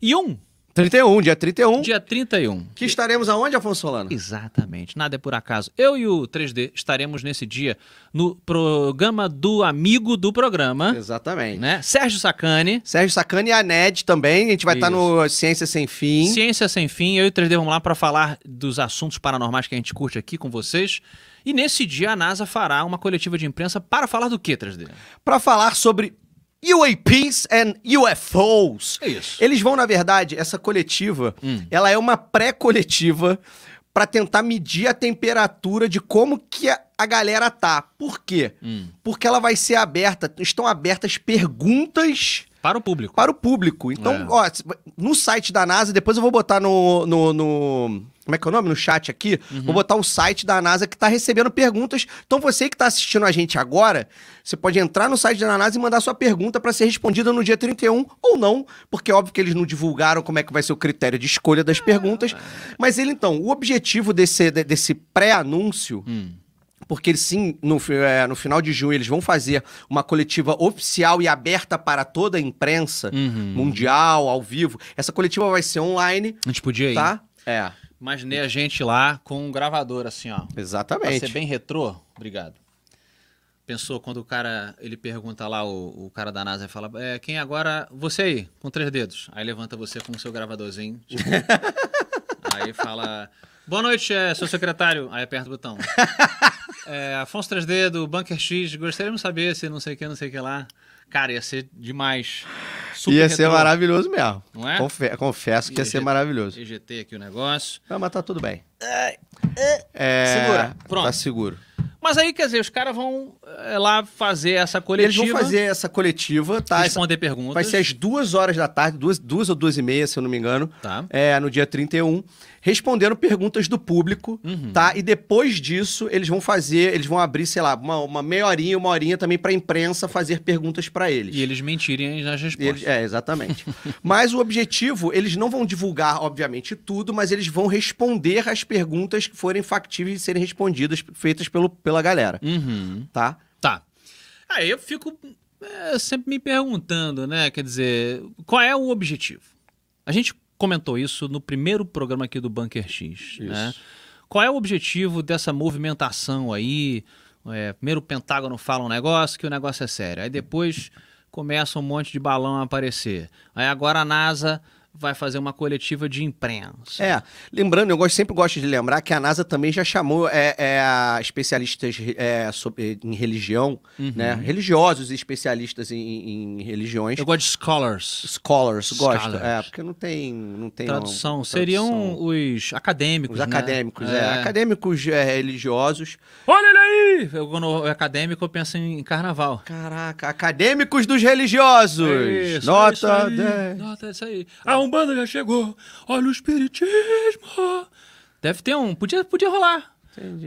[SPEAKER 1] 31.
[SPEAKER 2] 31, dia 31.
[SPEAKER 1] Dia 31.
[SPEAKER 2] Que estaremos aonde, Afonso Solano?
[SPEAKER 1] Exatamente, nada é por acaso. Eu e o 3D estaremos nesse dia no programa do amigo do programa,
[SPEAKER 2] Exatamente.
[SPEAKER 1] né? Sérgio Sacani,
[SPEAKER 2] Sérgio Sacani e a NED também. A gente vai estar
[SPEAKER 1] Isso.
[SPEAKER 2] no Ciência Sem Fim.
[SPEAKER 1] Ciência Sem Fim, eu e o 3D vamos lá para falar dos assuntos paranormais que a gente curte aqui com vocês. E nesse dia a NASA fará uma coletiva de imprensa para falar do que, 3D?
[SPEAKER 2] para falar sobre UAPs and UFOs.
[SPEAKER 1] É isso. Hum.
[SPEAKER 2] Eles vão, na verdade, essa coletiva, ela é uma pré-coletiva para tentar medir a temperatura de como que a, a galera tá. Por quê?
[SPEAKER 1] Hum.
[SPEAKER 2] Porque ela vai ser aberta, estão abertas perguntas
[SPEAKER 1] Para o público.
[SPEAKER 2] para o público. Então,
[SPEAKER 1] É.
[SPEAKER 2] ó, no site da NASA, depois eu vou botar no. no, no- como é que é o nome? No chat aqui. Vou botar o site da NASA que tá recebendo perguntas. Então, você que tá assistindo a gente agora, você pode entrar no site da NASA e mandar sua pergunta para ser respondida no dia 31 ou não, porque é óbvio que eles não divulgaram como é que vai ser o critério de escolha das perguntas. Mas ele, então, o objetivo desse, de- desse pré-anúncio
[SPEAKER 1] Hum.
[SPEAKER 2] Porque eles, sim, no, fi- é, no final de junho, eles vão fazer uma coletiva oficial e aberta para toda a imprensa
[SPEAKER 1] Uhum.
[SPEAKER 2] mundial, ao vivo. Essa coletiva vai ser online,
[SPEAKER 1] A gente podia ir.
[SPEAKER 2] tá? É,
[SPEAKER 1] Imaginei a gente lá com um gravador assim, ó. Pra ser
[SPEAKER 2] exatamente.
[SPEAKER 1] bem retrô, obrigado. Pensou quando o cara, ele pergunta lá, o, o cara da NASA fala, é, quem agora, você aí, com três dedos. Aí levanta você com o seu gravadorzinho.
[SPEAKER 2] [LAUGHS]
[SPEAKER 1] tipo. aí fala, boa noite, é, seu secretário. Aí aperta o
[SPEAKER 2] [LAUGHS]
[SPEAKER 1] botão. É, Afonso Três Dedos, Bunker X, gostaríamos de saber se não sei o que, não sei o que lá. Cara, ia ser demais. Super
[SPEAKER 2] ia ser
[SPEAKER 1] retrô.
[SPEAKER 2] maravilhoso mesmo.
[SPEAKER 1] Não é?
[SPEAKER 2] Confe- confesso que ia ser
[SPEAKER 1] Ia-
[SPEAKER 2] maravilhoso.
[SPEAKER 1] EGT aqui o negócio.
[SPEAKER 2] Ah, mas tá tudo bem. É,
[SPEAKER 1] Segura, pronto.
[SPEAKER 2] Tá seguro.
[SPEAKER 1] Mas aí, quer dizer, os caras vão é, lá fazer essa
[SPEAKER 2] Eles
[SPEAKER 1] coletiva.
[SPEAKER 2] vão fazer essa coletiva, tá? Essa-
[SPEAKER 1] responder perguntas.
[SPEAKER 2] Vai ser às duas horas da tarde, duas, duas ou duas e meia, se eu não me engano.
[SPEAKER 1] Tá.
[SPEAKER 2] É, no dia 31, respondendo perguntas do público,
[SPEAKER 1] Uhum.
[SPEAKER 2] tá? E depois disso, eles vão fazer, eles vão abrir, sei lá, uma, uma meia horinha, uma horinha também pra imprensa fazer perguntas pra eles.
[SPEAKER 1] E eles mentirem nas
[SPEAKER 2] E
[SPEAKER 1] respostas.
[SPEAKER 2] eles- é, exatamente. [LAUGHS] mas o objetivo, eles não vão divulgar, obviamente, tudo, mas eles vão responder as perguntas que forem factíveis de serem respondidas, feitas pelo, pela galera,
[SPEAKER 1] Uhum.
[SPEAKER 2] tá?
[SPEAKER 1] Tá. Aí eu fico é, sempre me perguntando, né? Quer dizer, qual é o objetivo? A gente comentou isso no primeiro programa aqui do Bunker X, né? Qual é o objetivo dessa movimentação aí? É, primeiro o Pentágono fala um negócio, que o negócio é sério. Aí depois começa um monte de balão a aparecer. Aí agora a NASA vai fazer uma coletiva de imprensa.
[SPEAKER 2] É, lembrando, eu gosto- sempre gosto de lembrar que a NASA também já chamou é, é, especialistas é, sobre- em religião,
[SPEAKER 1] Uhum.
[SPEAKER 2] né? Religiosos e especialistas em, em religiões.
[SPEAKER 1] Eu gosto de scholars.
[SPEAKER 2] Scholars, gosto.
[SPEAKER 1] Scholars.
[SPEAKER 2] É, porque não tem... Não tem
[SPEAKER 1] Tradução.
[SPEAKER 2] não-
[SPEAKER 1] Seriam
[SPEAKER 2] tradução.
[SPEAKER 1] os acadêmicos,
[SPEAKER 2] Os
[SPEAKER 1] né?
[SPEAKER 2] acadêmicos, é. Acadêmicos é, religiosos.
[SPEAKER 1] Olha ele aí! Eu, quando é acadêmico, eu penso em carnaval. É
[SPEAKER 2] Caraca, acadêmicos dos religiosos.
[SPEAKER 1] Isso, isso
[SPEAKER 2] Nota
[SPEAKER 1] aí,
[SPEAKER 2] 10.
[SPEAKER 1] Nota é isso aí. A Umbanda já chegou. Olha o espiritismo. Deve ter um. Podia, podia rolar.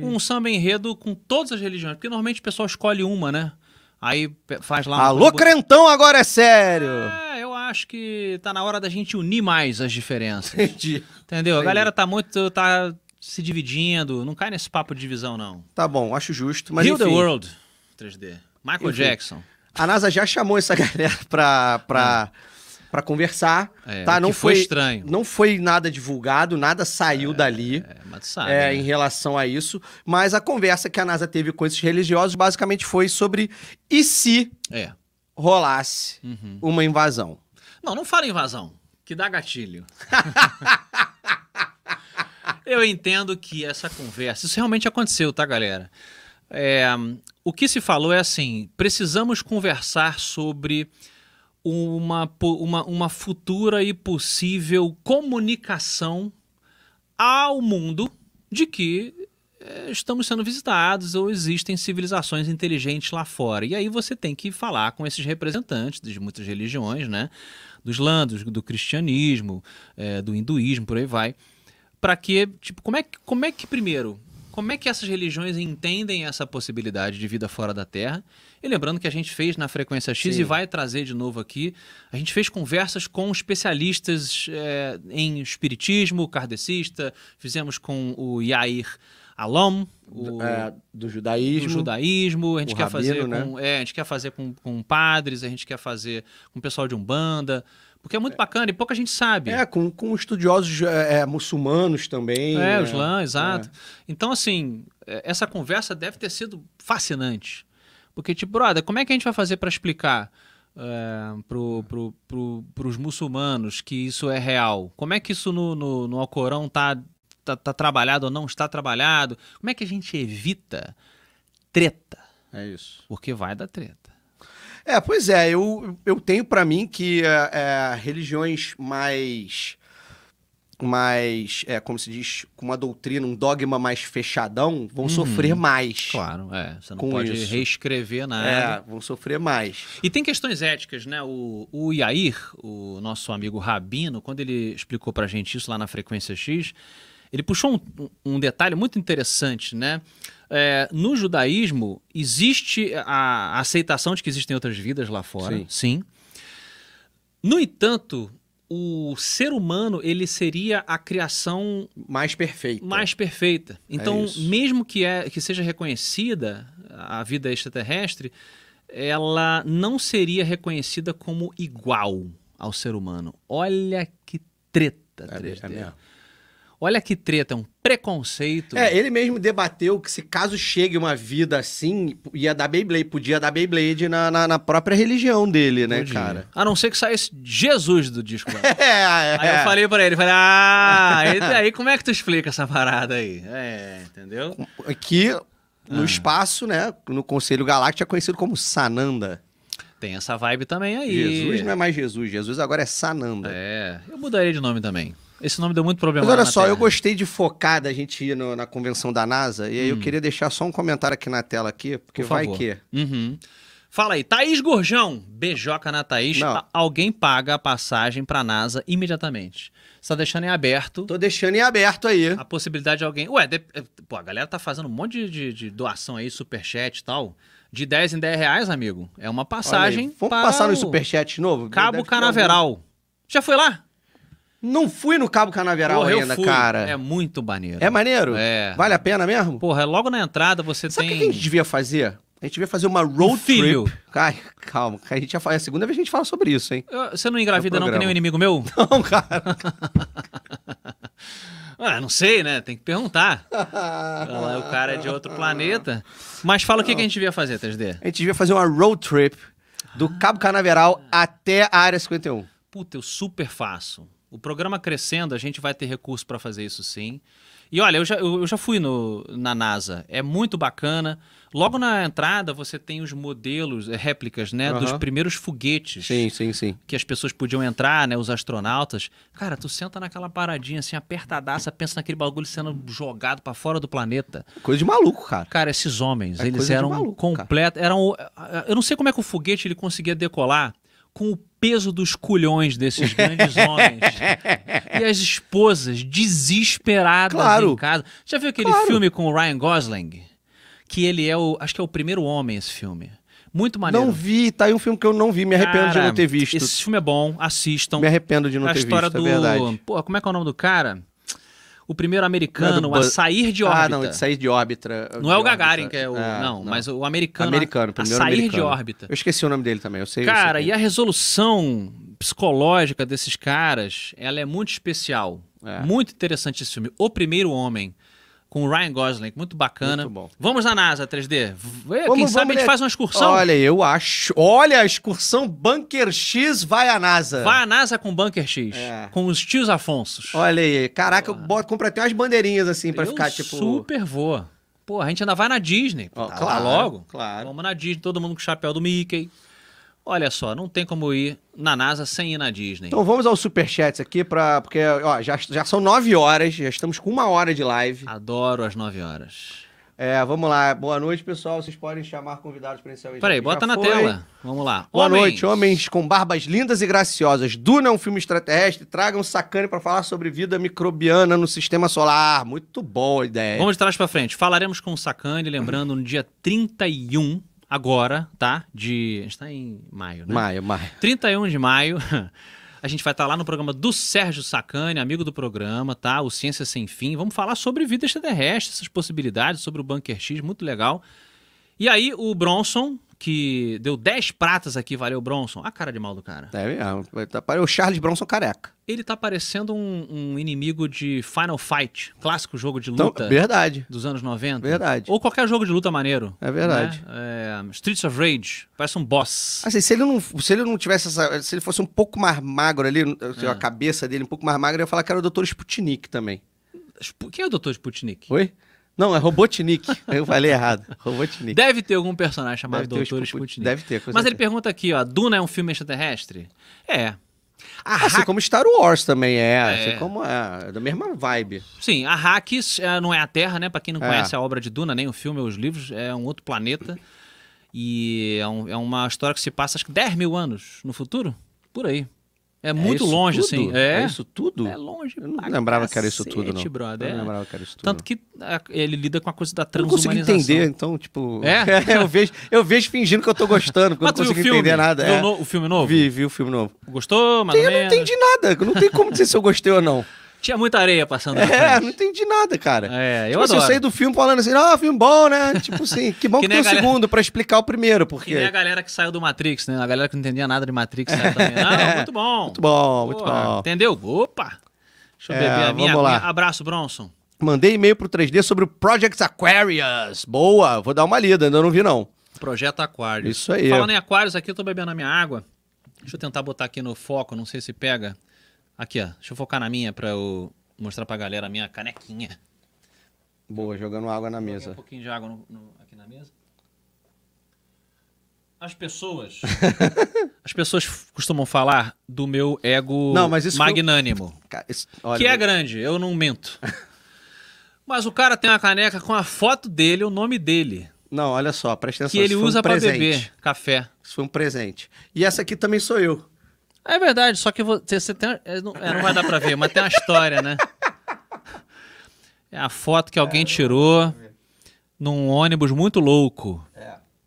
[SPEAKER 1] Um samba enredo com todas as religiões. Porque normalmente o pessoal escolhe uma, né? Aí pe- faz lá um.
[SPEAKER 2] Alô, crentão, agora é sério.
[SPEAKER 1] É, eu acho que tá na hora da gente unir mais as diferenças.
[SPEAKER 2] Entendi.
[SPEAKER 1] Entendeu? A galera tá muito. tá se dividindo. Não cai nesse papo de divisão, não.
[SPEAKER 2] Tá bom, acho justo. Mas
[SPEAKER 1] Heal the
[SPEAKER 2] enfim.
[SPEAKER 1] World 3D. Michael
[SPEAKER 2] Enfim.
[SPEAKER 1] Jackson.
[SPEAKER 2] A NASA já chamou essa [LAUGHS] galera pra, pra, pra conversar,
[SPEAKER 1] É,
[SPEAKER 2] tá?
[SPEAKER 1] o
[SPEAKER 2] Não
[SPEAKER 1] que foi
[SPEAKER 2] foi,
[SPEAKER 1] estranho.
[SPEAKER 2] Não foi nada divulgado, nada saiu dali
[SPEAKER 1] É, mas tu sabe.
[SPEAKER 2] é,
[SPEAKER 1] né?
[SPEAKER 2] em relação a isso. Mas a conversa que a NASA teve com esses religiosos basicamente foi sobre e se
[SPEAKER 1] É.
[SPEAKER 2] rolasse uma invasão.
[SPEAKER 1] Não, não fala invasão, que dá
[SPEAKER 2] [LAUGHS]
[SPEAKER 1] gatilho. Eu entendo que essa conversa, isso realmente aconteceu, tá, galera? É, o que se falou é assim: precisamos conversar sobre uma, po- uma, uma futura e possível comunicação ao mundo de que eh, estamos sendo visitados ou existem civilizações inteligentes lá fora. E aí você tem que falar com esses representantes de muitas religiões, né? Do Islã, do, do cristianismo, eh, do hinduísmo, por aí vai. Para que, tipo, como é que, como é que primeiro, como é que essas religiões entendem essa possibilidade de vida fora da Terra? E lembrando que a gente fez na frequência X
[SPEAKER 2] Sim.
[SPEAKER 1] e vai trazer de novo aqui, a gente fez conversas com especialistas eh, em espiritismo, kardecista, fizemos com o Yair Alom, o
[SPEAKER 2] É, do
[SPEAKER 1] do
[SPEAKER 2] judaísmo.
[SPEAKER 1] judaísmo, a gente
[SPEAKER 2] o
[SPEAKER 1] quer
[SPEAKER 2] rabino,
[SPEAKER 1] fazer
[SPEAKER 2] né?
[SPEAKER 1] com, é, a gente quer fazer com, com padres, a gente quer fazer com pessoal de umbanda, porque é muito bacana e pouca gente sabe.
[SPEAKER 2] É, com, com estudiosos é, é, muçulmanos também.
[SPEAKER 1] É,
[SPEAKER 2] né?
[SPEAKER 1] o Islã, exato. Então, assim, é, essa conversa deve ter sido fascinante. Porque, tipo, brother, como é que a gente vai fazer para explicar é, pro, pro, pro, pros muçulmanos que isso é real? Como é que isso no, no, no Alcorão tá, tá, tá trabalhado ou não está trabalhado? Como é que a gente evita treta?
[SPEAKER 2] É isso.
[SPEAKER 1] Porque vai dar treta.
[SPEAKER 2] É, pois é, eu, eu tenho pra mim que é, é, religiões mais. mais. É, como se diz, com uma doutrina, um dogma mais fechadão,
[SPEAKER 1] Uhum.
[SPEAKER 2] vão sofrer mais.
[SPEAKER 1] Claro, é. Você não
[SPEAKER 2] Com
[SPEAKER 1] pode
[SPEAKER 2] isso.
[SPEAKER 1] reescrever nada.
[SPEAKER 2] É, vão sofrer mais.
[SPEAKER 1] E tem questões éticas, né? O, o Yair, o nosso amigo Rabino, quando ele explicou pra gente isso lá na Frequência X, ele puxou um, um detalhe muito interessante, né? É, no judaísmo, existe a, a aceitação de que existem outras vidas lá fora,
[SPEAKER 2] Sim.
[SPEAKER 1] sim. No entanto, o ser humano ele seria a criação
[SPEAKER 2] Mais perfeito.
[SPEAKER 1] mais perfeita. Então,
[SPEAKER 2] É isso.
[SPEAKER 1] mesmo que, é, que seja reconhecida a vida extraterrestre, ela não seria reconhecida como igual ao ser humano. Olha que treta,
[SPEAKER 2] É,
[SPEAKER 1] 3D.
[SPEAKER 2] é mesmo.
[SPEAKER 1] Olha que treta, é um preconceito.
[SPEAKER 2] É, ele mesmo debateu que se caso chegue uma vida assim, ia dar Beyblade, podia dar Beyblade na, na, na própria religião dele, né,
[SPEAKER 1] Todinho.
[SPEAKER 2] cara? [LAUGHS]
[SPEAKER 1] A não ser que saísse Jesus do disco. lá.
[SPEAKER 2] É, é.
[SPEAKER 1] Aí eu falei pra ele, falei,
[SPEAKER 2] [LAUGHS]
[SPEAKER 1] ah, e daí como é que tu explica essa parada aí? É, entendeu?
[SPEAKER 2] Que
[SPEAKER 1] Ah.
[SPEAKER 2] no espaço, né, no Conselho Galáctico é conhecido como Sananda.
[SPEAKER 1] Tem essa vibe também aí.
[SPEAKER 2] Jesus não é mais Jesus, Jesus agora é Sananda.
[SPEAKER 1] É, eu mudaria de nome também. Esse nome deu muito problema.
[SPEAKER 2] Mas olha
[SPEAKER 1] lá na
[SPEAKER 2] só,
[SPEAKER 1] Terra.
[SPEAKER 2] eu gostei de focar da gente ir no- na convenção da NASA, e aí eu queria deixar só um comentário aqui na tela aqui, porque
[SPEAKER 1] Hum. Por
[SPEAKER 2] vai
[SPEAKER 1] favor.
[SPEAKER 2] que...
[SPEAKER 1] Uhum. Fala aí, Thaís Gurjão. Beijoca na Thaís.
[SPEAKER 2] Não.
[SPEAKER 1] A- Alguém paga a passagem pra NASA imediatamente. Você tá deixando em aberto
[SPEAKER 2] Tô deixando em aberto aí.
[SPEAKER 1] a possibilidade de alguém. Ué, de- pô, a galera tá fazendo um monte de, de- de doação aí, superchat e tal. De 10 em 10 reais, amigo. É uma
[SPEAKER 2] Olha aí,
[SPEAKER 1] passagem.
[SPEAKER 2] Vamos
[SPEAKER 1] para
[SPEAKER 2] passar
[SPEAKER 1] o
[SPEAKER 2] no superchat de novo?
[SPEAKER 1] Cabo
[SPEAKER 2] Deve ter
[SPEAKER 1] Canaveral. Já foi lá?
[SPEAKER 2] algum. Não fui no Cabo Canaveral
[SPEAKER 1] Porra, eu
[SPEAKER 2] ainda,
[SPEAKER 1] fui.
[SPEAKER 2] cara.
[SPEAKER 1] É muito maneiro.
[SPEAKER 2] É maneiro?
[SPEAKER 1] É.
[SPEAKER 2] Vale a pena mesmo?
[SPEAKER 1] Porra, logo na entrada você
[SPEAKER 2] Sabe o
[SPEAKER 1] tem.
[SPEAKER 2] que a gente devia fazer? A gente devia fazer uma road
[SPEAKER 1] Um filho.
[SPEAKER 2] trip. Ai, calma, que a gente já fala. É a segunda vez que a gente fala sobre isso, hein?
[SPEAKER 1] Eu- Você não engravida,
[SPEAKER 2] É o
[SPEAKER 1] não, que nem
[SPEAKER 2] programa.
[SPEAKER 1] um inimigo meu?
[SPEAKER 2] [LAUGHS] Não, cara.
[SPEAKER 1] [LAUGHS] Ah, não sei, né? Tem que perguntar. Olha lá, o cara é de outro planeta. Mas fala o que, que a gente devia fazer, 3D.
[SPEAKER 2] [LAUGHS] A gente devia fazer uma road trip
[SPEAKER 1] Ah.
[SPEAKER 2] do Cabo Canaveral até a Área 51.
[SPEAKER 1] Puta, eu super faço. O programa crescendo, a gente vai ter recurso pra fazer isso sim. E olha, eu já, eu, eu já fui no, na NASA. É muito bacana. Logo na entrada, você tem os modelos, eh, réplicas, né? Dos
[SPEAKER 2] Aham.
[SPEAKER 1] primeiros foguetes.
[SPEAKER 2] Sim, sim, sim.
[SPEAKER 1] que as pessoas podiam entrar, né? Os astronautas. Cara, tu senta naquela paradinha assim, apertadaça, pensa naquele bagulho sendo jogado pra fora do planeta.
[SPEAKER 2] Coisa de maluco, cara.
[SPEAKER 1] Cara, esses homens,
[SPEAKER 2] É
[SPEAKER 1] eles
[SPEAKER 2] coisa de
[SPEAKER 1] eram
[SPEAKER 2] maluco,
[SPEAKER 1] completos. Eram. Eu não sei como é que o foguete ele conseguia decolar com o peso dos culhões desses
[SPEAKER 2] [LAUGHS]
[SPEAKER 1] grandes homens. E as esposas desesperadas
[SPEAKER 2] Claro.
[SPEAKER 1] em casa. Já viu aquele
[SPEAKER 2] Claro.
[SPEAKER 1] filme com o Ryan Gosling? Que ele é o. Acho que é o primeiro homem esse filme. Muito maneiro.
[SPEAKER 2] Não vi, tá aí um filme que eu não vi, me arrependo de
[SPEAKER 1] Cara,
[SPEAKER 2] não ter visto.
[SPEAKER 1] Esse filme é bom, assistam.
[SPEAKER 2] Me arrependo de não
[SPEAKER 1] a
[SPEAKER 2] ter
[SPEAKER 1] história
[SPEAKER 2] visto,
[SPEAKER 1] do.
[SPEAKER 2] é verdade.
[SPEAKER 1] Pô, como é que é o nome do cara? O primeiro
[SPEAKER 2] Não é
[SPEAKER 1] americano
[SPEAKER 2] do
[SPEAKER 1] a
[SPEAKER 2] Buzz-
[SPEAKER 1] sair de órbita.
[SPEAKER 2] Ah, não, de sair de órbita.
[SPEAKER 1] Não
[SPEAKER 2] de
[SPEAKER 1] é o
[SPEAKER 2] órbita.
[SPEAKER 1] Gagarin que é o.
[SPEAKER 2] Ah,
[SPEAKER 1] não, mas o americano. a-
[SPEAKER 2] Americano,
[SPEAKER 1] a
[SPEAKER 2] primeiro
[SPEAKER 1] sair de
[SPEAKER 2] americano.
[SPEAKER 1] órbita.
[SPEAKER 2] Eu esqueci o nome dele também, eu sei. é. eu
[SPEAKER 1] Cara,
[SPEAKER 2] sei
[SPEAKER 1] e a resolução psicológica desses caras, ela é muito especial.
[SPEAKER 2] É.
[SPEAKER 1] Muito interessante esse filme. O Primeiro Homem, com o Ryan Gosling, muito bacana.
[SPEAKER 2] Muito bom.
[SPEAKER 1] Vamos na NASA 3D. V- Quem sabe
[SPEAKER 2] Vamos- vamos
[SPEAKER 1] a gente
[SPEAKER 2] ne-
[SPEAKER 1] faz uma excursão.
[SPEAKER 2] Olha, eu acho. Olha, a excursão Bunker X vai à NASA.
[SPEAKER 1] Vai à NASA com Bunker X,
[SPEAKER 2] É.
[SPEAKER 1] com os tios Afonsos.
[SPEAKER 2] Olha aí. Caraca, eu
[SPEAKER 1] Ah.
[SPEAKER 2] boto, compro até umas bandeirinhas assim pra
[SPEAKER 1] Eu
[SPEAKER 2] ficar tipo.
[SPEAKER 1] super vou. Pô, a gente ainda vai na Disney.
[SPEAKER 2] Ó,
[SPEAKER 1] tá lá
[SPEAKER 2] claro,
[SPEAKER 1] logo.
[SPEAKER 2] claro.
[SPEAKER 1] Vamos na Disney, todo mundo com o chapéu do Mickey. Olha só, não tem como ir na NASA sem ir na Disney.
[SPEAKER 2] Então vamos aos superchats aqui pra. Porque, ó, já, já são nove horas, já estamos com uma hora de live.
[SPEAKER 1] Adoro às 9 horas.
[SPEAKER 2] É, vamos lá. Boa noite, pessoal. Vocês podem chamar convidados presencialmente.
[SPEAKER 1] Peraí,
[SPEAKER 2] Já
[SPEAKER 1] bota na
[SPEAKER 2] foi.
[SPEAKER 1] tela. Vamos lá.
[SPEAKER 2] Boa
[SPEAKER 1] Homens.
[SPEAKER 2] noite, homens com barbas lindas e graciosas. Duna é um filme extraterrestre. Tragam Sacane pra falar sobre vida microbiana no sistema solar. Muito boa a ideia.
[SPEAKER 1] Vamos de trás pra frente. Falaremos com o Sacani, lembrando, no dia 31, agora, tá? De. A gente tá em maio, né?
[SPEAKER 2] Maia, Maia.
[SPEAKER 1] 31 de maio. [LAUGHS] A gente vai estar lá no programa do Sérgio Sacani, amigo do programa, tá? O Ciência Sem Fim. Vamos falar sobre vida extraterrestre, essas possibilidades, sobre o Bunker X, muito legal. E aí, o Bronson, que deu 10 pratas aqui, valeu, Bronson. A cara de mal do cara.
[SPEAKER 2] É mesmo. Tá pare- O Charles Bronson careca.
[SPEAKER 1] Ele tá parecendo um, um inimigo de Final Fight, clássico jogo de
[SPEAKER 2] Então,
[SPEAKER 1] luta
[SPEAKER 2] verdade.
[SPEAKER 1] dos anos 90.
[SPEAKER 2] Verdade.
[SPEAKER 1] Ou qualquer jogo de luta maneiro.
[SPEAKER 2] É verdade.
[SPEAKER 1] né? É, Streets of Rage, parece um boss.
[SPEAKER 2] Assim, se ele não, se ele não tivesse essa, se ele fosse um pouco mais magro ali, assim, a
[SPEAKER 1] É.
[SPEAKER 2] cabeça dele um pouco mais magra, eu ia falar que era o Dr. Sputnik também.
[SPEAKER 1] Sp- Quem é o Dr. Sputnik?
[SPEAKER 2] Oi? Não,
[SPEAKER 1] [LAUGHS]
[SPEAKER 2] é Robotnik. eu falei errado. Robotnik.
[SPEAKER 1] Deve ter algum personagem chamado
[SPEAKER 2] ter o
[SPEAKER 1] Doutor
[SPEAKER 2] Sput-
[SPEAKER 1] Sputnik.
[SPEAKER 2] Deve ter. com
[SPEAKER 1] Mas ele
[SPEAKER 2] certeza.
[SPEAKER 1] pergunta aqui, ó, Duna é um filme extraterrestre? É. A
[SPEAKER 2] Assim
[SPEAKER 1] Hack-
[SPEAKER 2] como Star Wars também é.
[SPEAKER 1] É.
[SPEAKER 2] Assim como é. É da mesma vibe.
[SPEAKER 1] Sim, a Hackes eh, não é a Terra, né? Pra quem não
[SPEAKER 2] É.
[SPEAKER 1] conhece a obra de Duna, nem o filme, os livros, é um outro planeta. E é, um- é uma história que se passa, acho que 10 mil anos no futuro? Por aí. É É muito
[SPEAKER 2] isso
[SPEAKER 1] longe,
[SPEAKER 2] tudo?
[SPEAKER 1] assim.
[SPEAKER 2] É.
[SPEAKER 1] É.
[SPEAKER 2] isso tudo?
[SPEAKER 1] É longe.
[SPEAKER 2] Eu não
[SPEAKER 1] pra
[SPEAKER 2] lembrava que era isso tudo, não.
[SPEAKER 1] cacete, brother, é.
[SPEAKER 2] Eu não lembrava que era isso tudo.
[SPEAKER 1] Tanto que ah, ele lida com a coisa da
[SPEAKER 2] Eu não consigo
[SPEAKER 1] transhumanização.
[SPEAKER 2] entender, então, tipo.
[SPEAKER 1] É?
[SPEAKER 2] [LAUGHS] eu, vejo, eu vejo fingindo que eu tô gostando, porque eu
[SPEAKER 1] Mas tu
[SPEAKER 2] não
[SPEAKER 1] viu o
[SPEAKER 2] consigo
[SPEAKER 1] filme?
[SPEAKER 2] entender nada.
[SPEAKER 1] Viu
[SPEAKER 2] É.
[SPEAKER 1] o no- o filme novo?
[SPEAKER 2] Vi, vi o filme novo.
[SPEAKER 1] Gostou? Mais ou
[SPEAKER 2] eu não
[SPEAKER 1] menos?
[SPEAKER 2] entendi nada. eu Não tem como dizer se eu gostei
[SPEAKER 1] [LAUGHS]
[SPEAKER 2] ou não.
[SPEAKER 1] Tinha muita areia passando. na
[SPEAKER 2] É,
[SPEAKER 1] frente.
[SPEAKER 2] não entendi nada, cara.
[SPEAKER 1] É, eu
[SPEAKER 2] tipo assim, eu
[SPEAKER 1] adoro.
[SPEAKER 2] saí do filme falando assim, ah, filme bom, né? Tipo assim, que bom
[SPEAKER 1] Que
[SPEAKER 2] que,
[SPEAKER 1] nem
[SPEAKER 2] tem o
[SPEAKER 1] a galera-
[SPEAKER 2] segundo pra explicar o primeiro, porque.
[SPEAKER 1] Que nem a galera que saiu do Matrix, né? A galera que não entendia nada de Matrix. Né?
[SPEAKER 2] [LAUGHS]
[SPEAKER 1] Também. Não, muito bom.
[SPEAKER 2] Muito bom, muito
[SPEAKER 1] Porra,
[SPEAKER 2] bom.
[SPEAKER 1] Entendeu? Opa! Deixa eu
[SPEAKER 2] É,
[SPEAKER 1] beber a minha,
[SPEAKER 2] vamos lá.
[SPEAKER 1] minha- Abraço, Bronson.
[SPEAKER 2] Mandei e-mail pro 3D sobre o Project Aquarius. Boa, vou dar uma lida, ainda não vi não.
[SPEAKER 1] Projeto Aquários.
[SPEAKER 2] Isso aí.
[SPEAKER 1] Falando em Aquários, aqui eu tô bebendo a minha água. Deixa eu tentar botar aqui no foco, não sei se pega. Aqui, ó. Deixa eu focar na minha pra eu mostrar pra galera a minha canequinha.
[SPEAKER 2] Boa, jogando água na
[SPEAKER 1] Joguei Um
[SPEAKER 2] mesa.
[SPEAKER 1] pouquinho de água no- no- aqui na mesa. As
[SPEAKER 2] [LAUGHS]
[SPEAKER 1] pessoas. as pessoas f- costumam falar do meu ego
[SPEAKER 2] Não, mas isso foi- um-
[SPEAKER 1] magnânimo.
[SPEAKER 2] Cara, isso- olha,
[SPEAKER 1] que é grande, eu não
[SPEAKER 2] [LAUGHS]
[SPEAKER 1] minto. Mas o cara tem uma caneca com a foto dele, o nome dele,
[SPEAKER 2] Não, olha só, presta atenção.
[SPEAKER 1] que ele
[SPEAKER 2] isso foi
[SPEAKER 1] usa
[SPEAKER 2] um
[SPEAKER 1] pra
[SPEAKER 2] presente.
[SPEAKER 1] beber café.
[SPEAKER 2] Isso foi um presente. E essa aqui também sou eu.
[SPEAKER 1] É verdade, só que você, você tem. é, não, é, não vai dar pra ver, mas tem uma história,
[SPEAKER 2] [LAUGHS]
[SPEAKER 1] né? É a foto que alguém tirou num ônibus muito louco.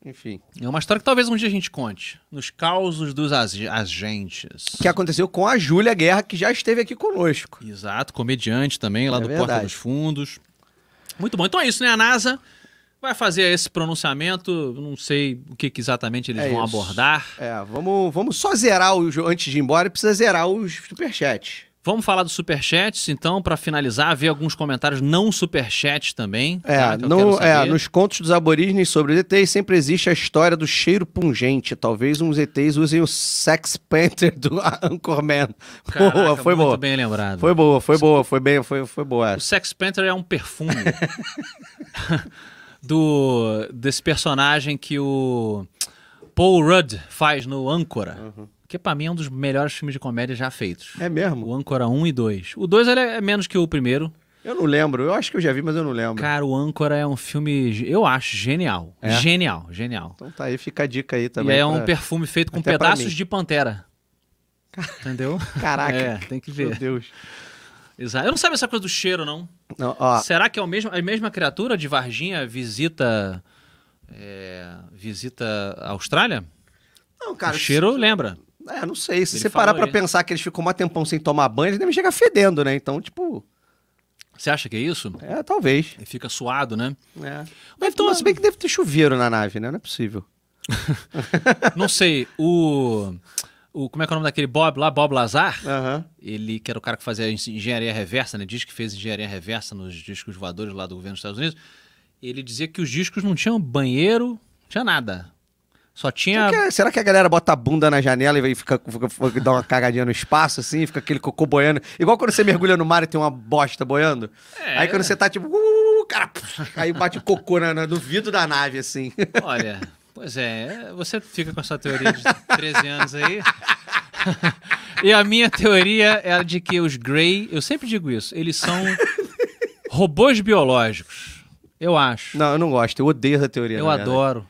[SPEAKER 2] Enfim.
[SPEAKER 1] É uma história que talvez um dia a gente conte. Nos causos dos ag- agentes.
[SPEAKER 2] O que aconteceu com a Júlia Guerra, que já esteve aqui conosco.
[SPEAKER 1] Exato, comediante também, lá
[SPEAKER 2] É
[SPEAKER 1] do Porta
[SPEAKER 2] verdade.
[SPEAKER 1] dos Fundos. Muito bom. Então é isso, né? A NASA vai fazer esse pronunciamento. Não sei o que, que exatamente eles
[SPEAKER 2] É
[SPEAKER 1] vão
[SPEAKER 2] isso.
[SPEAKER 1] abordar.
[SPEAKER 2] É, vamos, vamos só zerar os. Antes de ir embora, precisa zerar os superchats.
[SPEAKER 1] Vamos falar dos superchats, então, para finalizar, ver alguns comentários não superchats também.
[SPEAKER 2] É,
[SPEAKER 1] tá? Que eu quero
[SPEAKER 2] não, é,
[SPEAKER 1] saber.
[SPEAKER 2] nos contos dos aborígenes sobre os ETs sempre existe a história do cheiro pungente. Talvez uns ETs usem o Sex Panther do [LAUGHS] Anchorman.
[SPEAKER 1] Caraca, [LAUGHS]
[SPEAKER 2] boa, foi
[SPEAKER 1] muito
[SPEAKER 2] boa.
[SPEAKER 1] bem lembrado.
[SPEAKER 2] Foi boa, foi boa, foi bem, foi, foi boa.
[SPEAKER 1] O Sex Panther é um [LAUGHS] perfume do desse personagem que o Paul Rudd faz no Âncora, que pra mim é um dos melhores filmes de comédia já feitos.
[SPEAKER 2] É mesmo?
[SPEAKER 1] O Âncora 1 e 2. O 2 ele é menos que o primeiro.
[SPEAKER 2] Eu não lembro. Eu acho que eu já vi, mas eu não lembro.
[SPEAKER 1] Cara, o Âncora é um filme, ge- eu acho, genial.
[SPEAKER 2] É?
[SPEAKER 1] Genial, genial.
[SPEAKER 2] Então tá aí, fica a dica aí
[SPEAKER 1] e
[SPEAKER 2] também.
[SPEAKER 1] é
[SPEAKER 2] pra-
[SPEAKER 1] um perfume feito com
[SPEAKER 2] até pra
[SPEAKER 1] pedaços
[SPEAKER 2] mim.
[SPEAKER 1] de pantera.
[SPEAKER 2] [LAUGHS]
[SPEAKER 1] Entendeu?
[SPEAKER 2] Caraca.
[SPEAKER 1] É, tem que
[SPEAKER 2] Meu
[SPEAKER 1] ver.
[SPEAKER 2] Deus.
[SPEAKER 1] Exato. Eu não sabia essa coisa do cheiro, não.
[SPEAKER 2] Não, ó,
[SPEAKER 1] Será que é o mesmo, a mesma criatura de Varginha visita é, visita a Austrália?
[SPEAKER 2] não, cara.
[SPEAKER 1] o cheiro lembra.
[SPEAKER 2] É, não sei. Se
[SPEAKER 1] Ele
[SPEAKER 2] você parar
[SPEAKER 1] falou
[SPEAKER 2] pra
[SPEAKER 1] aí.
[SPEAKER 2] pensar que eles ficam um tempão sem tomar banho, eles devem chegar fedendo, né? Então, tipo,
[SPEAKER 1] Você acha que é isso?
[SPEAKER 2] é, talvez.
[SPEAKER 1] Ele fica suado, né?
[SPEAKER 2] É.
[SPEAKER 1] Deve
[SPEAKER 2] Deve
[SPEAKER 1] tomar-
[SPEAKER 2] tomar, se bem que deve ter chuveiro na nave, né? Não é possível.
[SPEAKER 1] Não sei, o, o. Como é que é o nome daquele Bob lá? Bob Lazar?
[SPEAKER 2] Aham.
[SPEAKER 1] Ele, que era o cara que fazia engen- engenharia reversa, né? Diz que fez engenharia reversa nos discos voadores lá do governo dos Estados Unidos. Ele dizia que os discos não tinham banheiro, não tinha nada. Só tinha.
[SPEAKER 2] Será, que, é, será que a galera bota a bunda na janela e vai fica, fica- fica- dá uma cagadinha no espaço, assim, fica aquele cocô boiando? Igual quando você mergulha no mar e tem uma bosta boiando.
[SPEAKER 1] É.
[SPEAKER 2] Aí quando você tá tipo, uh, cara, pff, aí bate o cocô na, na- no vidro da nave, assim.
[SPEAKER 1] Olha, pois é, você fica com a sua teoria de 13 anos aí. [LAUGHS] e a minha teoria é a de que os Grey, eu sempre digo isso, eles são robôs biológicos. Eu acho.
[SPEAKER 2] Não, eu não gosto, eu odeio essa teoria.
[SPEAKER 1] eu
[SPEAKER 2] na verdade.
[SPEAKER 1] adoro.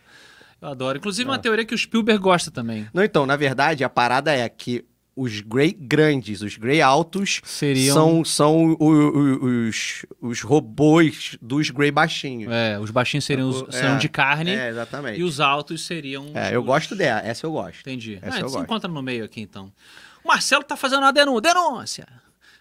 [SPEAKER 1] Eu adoro. Inclusive, uma teoria que o Spielberg gosta também.
[SPEAKER 2] Não, então, na verdade, a parada é que os Grey grandes, os Grey altos,
[SPEAKER 1] Seriam-
[SPEAKER 2] são, são o- o- os, os robôs dos Grey baixinhos.
[SPEAKER 1] É, os baixinhos seriam os,
[SPEAKER 2] O-
[SPEAKER 1] serão
[SPEAKER 2] é,
[SPEAKER 1] de carne
[SPEAKER 2] É, exatamente.
[SPEAKER 1] e os altos seriam.
[SPEAKER 2] É, eu
[SPEAKER 1] os-
[SPEAKER 2] gosto dela, essa eu gosto.
[SPEAKER 1] Entendi.
[SPEAKER 2] Essa
[SPEAKER 1] Ah,
[SPEAKER 2] eu
[SPEAKER 1] se
[SPEAKER 2] gosto.
[SPEAKER 1] encontra no meio aqui, então. O Marcelo tá fazendo uma denúncia. denúncia.